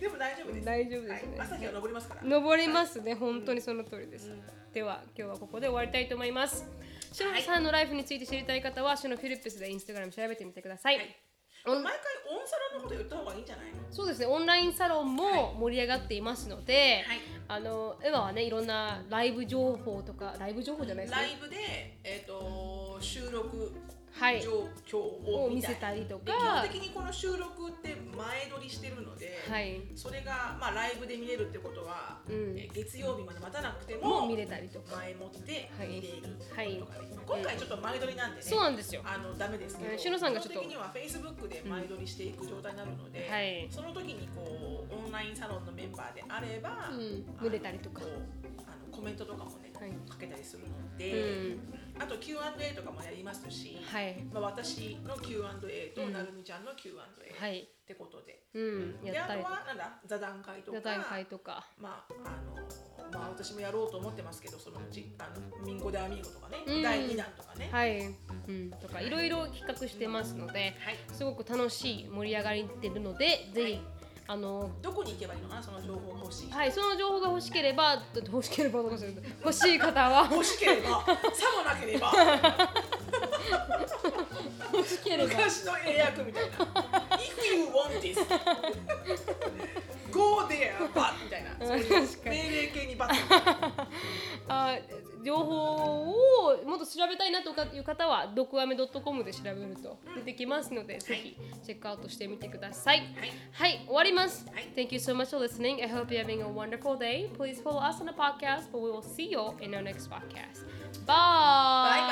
Speaker 2: でも大丈夫です。
Speaker 1: 大丈夫ですね
Speaker 2: はい朝日は昇りますから。
Speaker 1: 登りますね本当にその通りです、では今日はここで終わりたいと思いますしのさんのライフについて知りたい方はしのフィリップスでインスタグラム調べてみてください、
Speaker 2: はい
Speaker 1: オン
Speaker 2: 毎回オンサロンのこと言った方がいいんじゃないの？
Speaker 1: そうですねオンラインサロンも盛り上がっていますので、
Speaker 2: はい
Speaker 1: あのエヴァはねいろんなライブ情報とかライブ情報じゃないです
Speaker 2: ラ
Speaker 1: ね
Speaker 2: イブでえっ、と収録
Speaker 1: はい
Speaker 2: 状況を
Speaker 1: を見
Speaker 2: 見
Speaker 1: せ
Speaker 2: せた
Speaker 1: た
Speaker 2: り
Speaker 1: りと
Speaker 2: で
Speaker 1: か
Speaker 2: 基
Speaker 1: は
Speaker 2: 本的にこの収録って前撮りしてるので、
Speaker 1: い
Speaker 2: それがまあライブで見れるってことは、
Speaker 1: うん
Speaker 2: えー月曜日まで待たなくても
Speaker 1: も見れたりとか
Speaker 2: 前もって
Speaker 1: はい
Speaker 2: 見れるとか
Speaker 1: は
Speaker 2: ね、
Speaker 1: い
Speaker 2: 今回ちょっと前撮りなんでね、
Speaker 1: そうなんですよ
Speaker 2: あのダメですけ
Speaker 1: う
Speaker 2: ど、
Speaker 1: んしのさんがちょっと
Speaker 2: 基本的には Facebook で前撮りしていく状態になるので、
Speaker 1: はい
Speaker 2: その時にこうオンラインサロンのメンバーであれば、
Speaker 1: うん
Speaker 2: あの
Speaker 1: 見れたりとか
Speaker 2: こうあのコメントとかもね、
Speaker 1: はい
Speaker 2: かけたりするので、
Speaker 1: うん
Speaker 2: あと Q&A とかもやりますし、
Speaker 1: はい
Speaker 2: まあ、私の Q&A と、
Speaker 1: うん
Speaker 2: なるみちゃんの Q&A っ
Speaker 1: はい
Speaker 2: てことで。
Speaker 1: うん
Speaker 2: で
Speaker 1: や
Speaker 2: あ
Speaker 1: った
Speaker 2: と
Speaker 1: りと
Speaker 2: は
Speaker 1: か
Speaker 2: なんだ座談会とか
Speaker 1: 座談会とか
Speaker 2: まああのまあ、私もやろうと思ってますけどそのうちあのミンゴでアミーゴとかね、
Speaker 1: うん
Speaker 2: 第2弾とかね、
Speaker 1: はい、うん、とかいろいろ企画してますので
Speaker 2: はい
Speaker 1: すごく楽しい盛り上がりになってるのでぜひあの
Speaker 2: どこに行けばいいのかなその情報が欲しい、
Speaker 1: はいその情報が欲しければ欲しければ欲しい欲しい方は
Speaker 2: 欲しければ さもなけ れば
Speaker 1: 欲しければ
Speaker 2: 昔の英訳みたいな「If you want this go there but」みたいなそういう
Speaker 1: 確かに
Speaker 2: 命令系にバッと
Speaker 1: あ情報をもっと調べたいなとかいう方は「ドクアメ .com」で調べると出てきますので、ぜひチェックアウトしてみてください。はい、終わります。
Speaker 2: はい
Speaker 1: Thank you so much for listening. I hope you're having a wonderful day. Please follow us on the podcast, but we will see you in our next podcast. Bye!
Speaker 2: バイバイ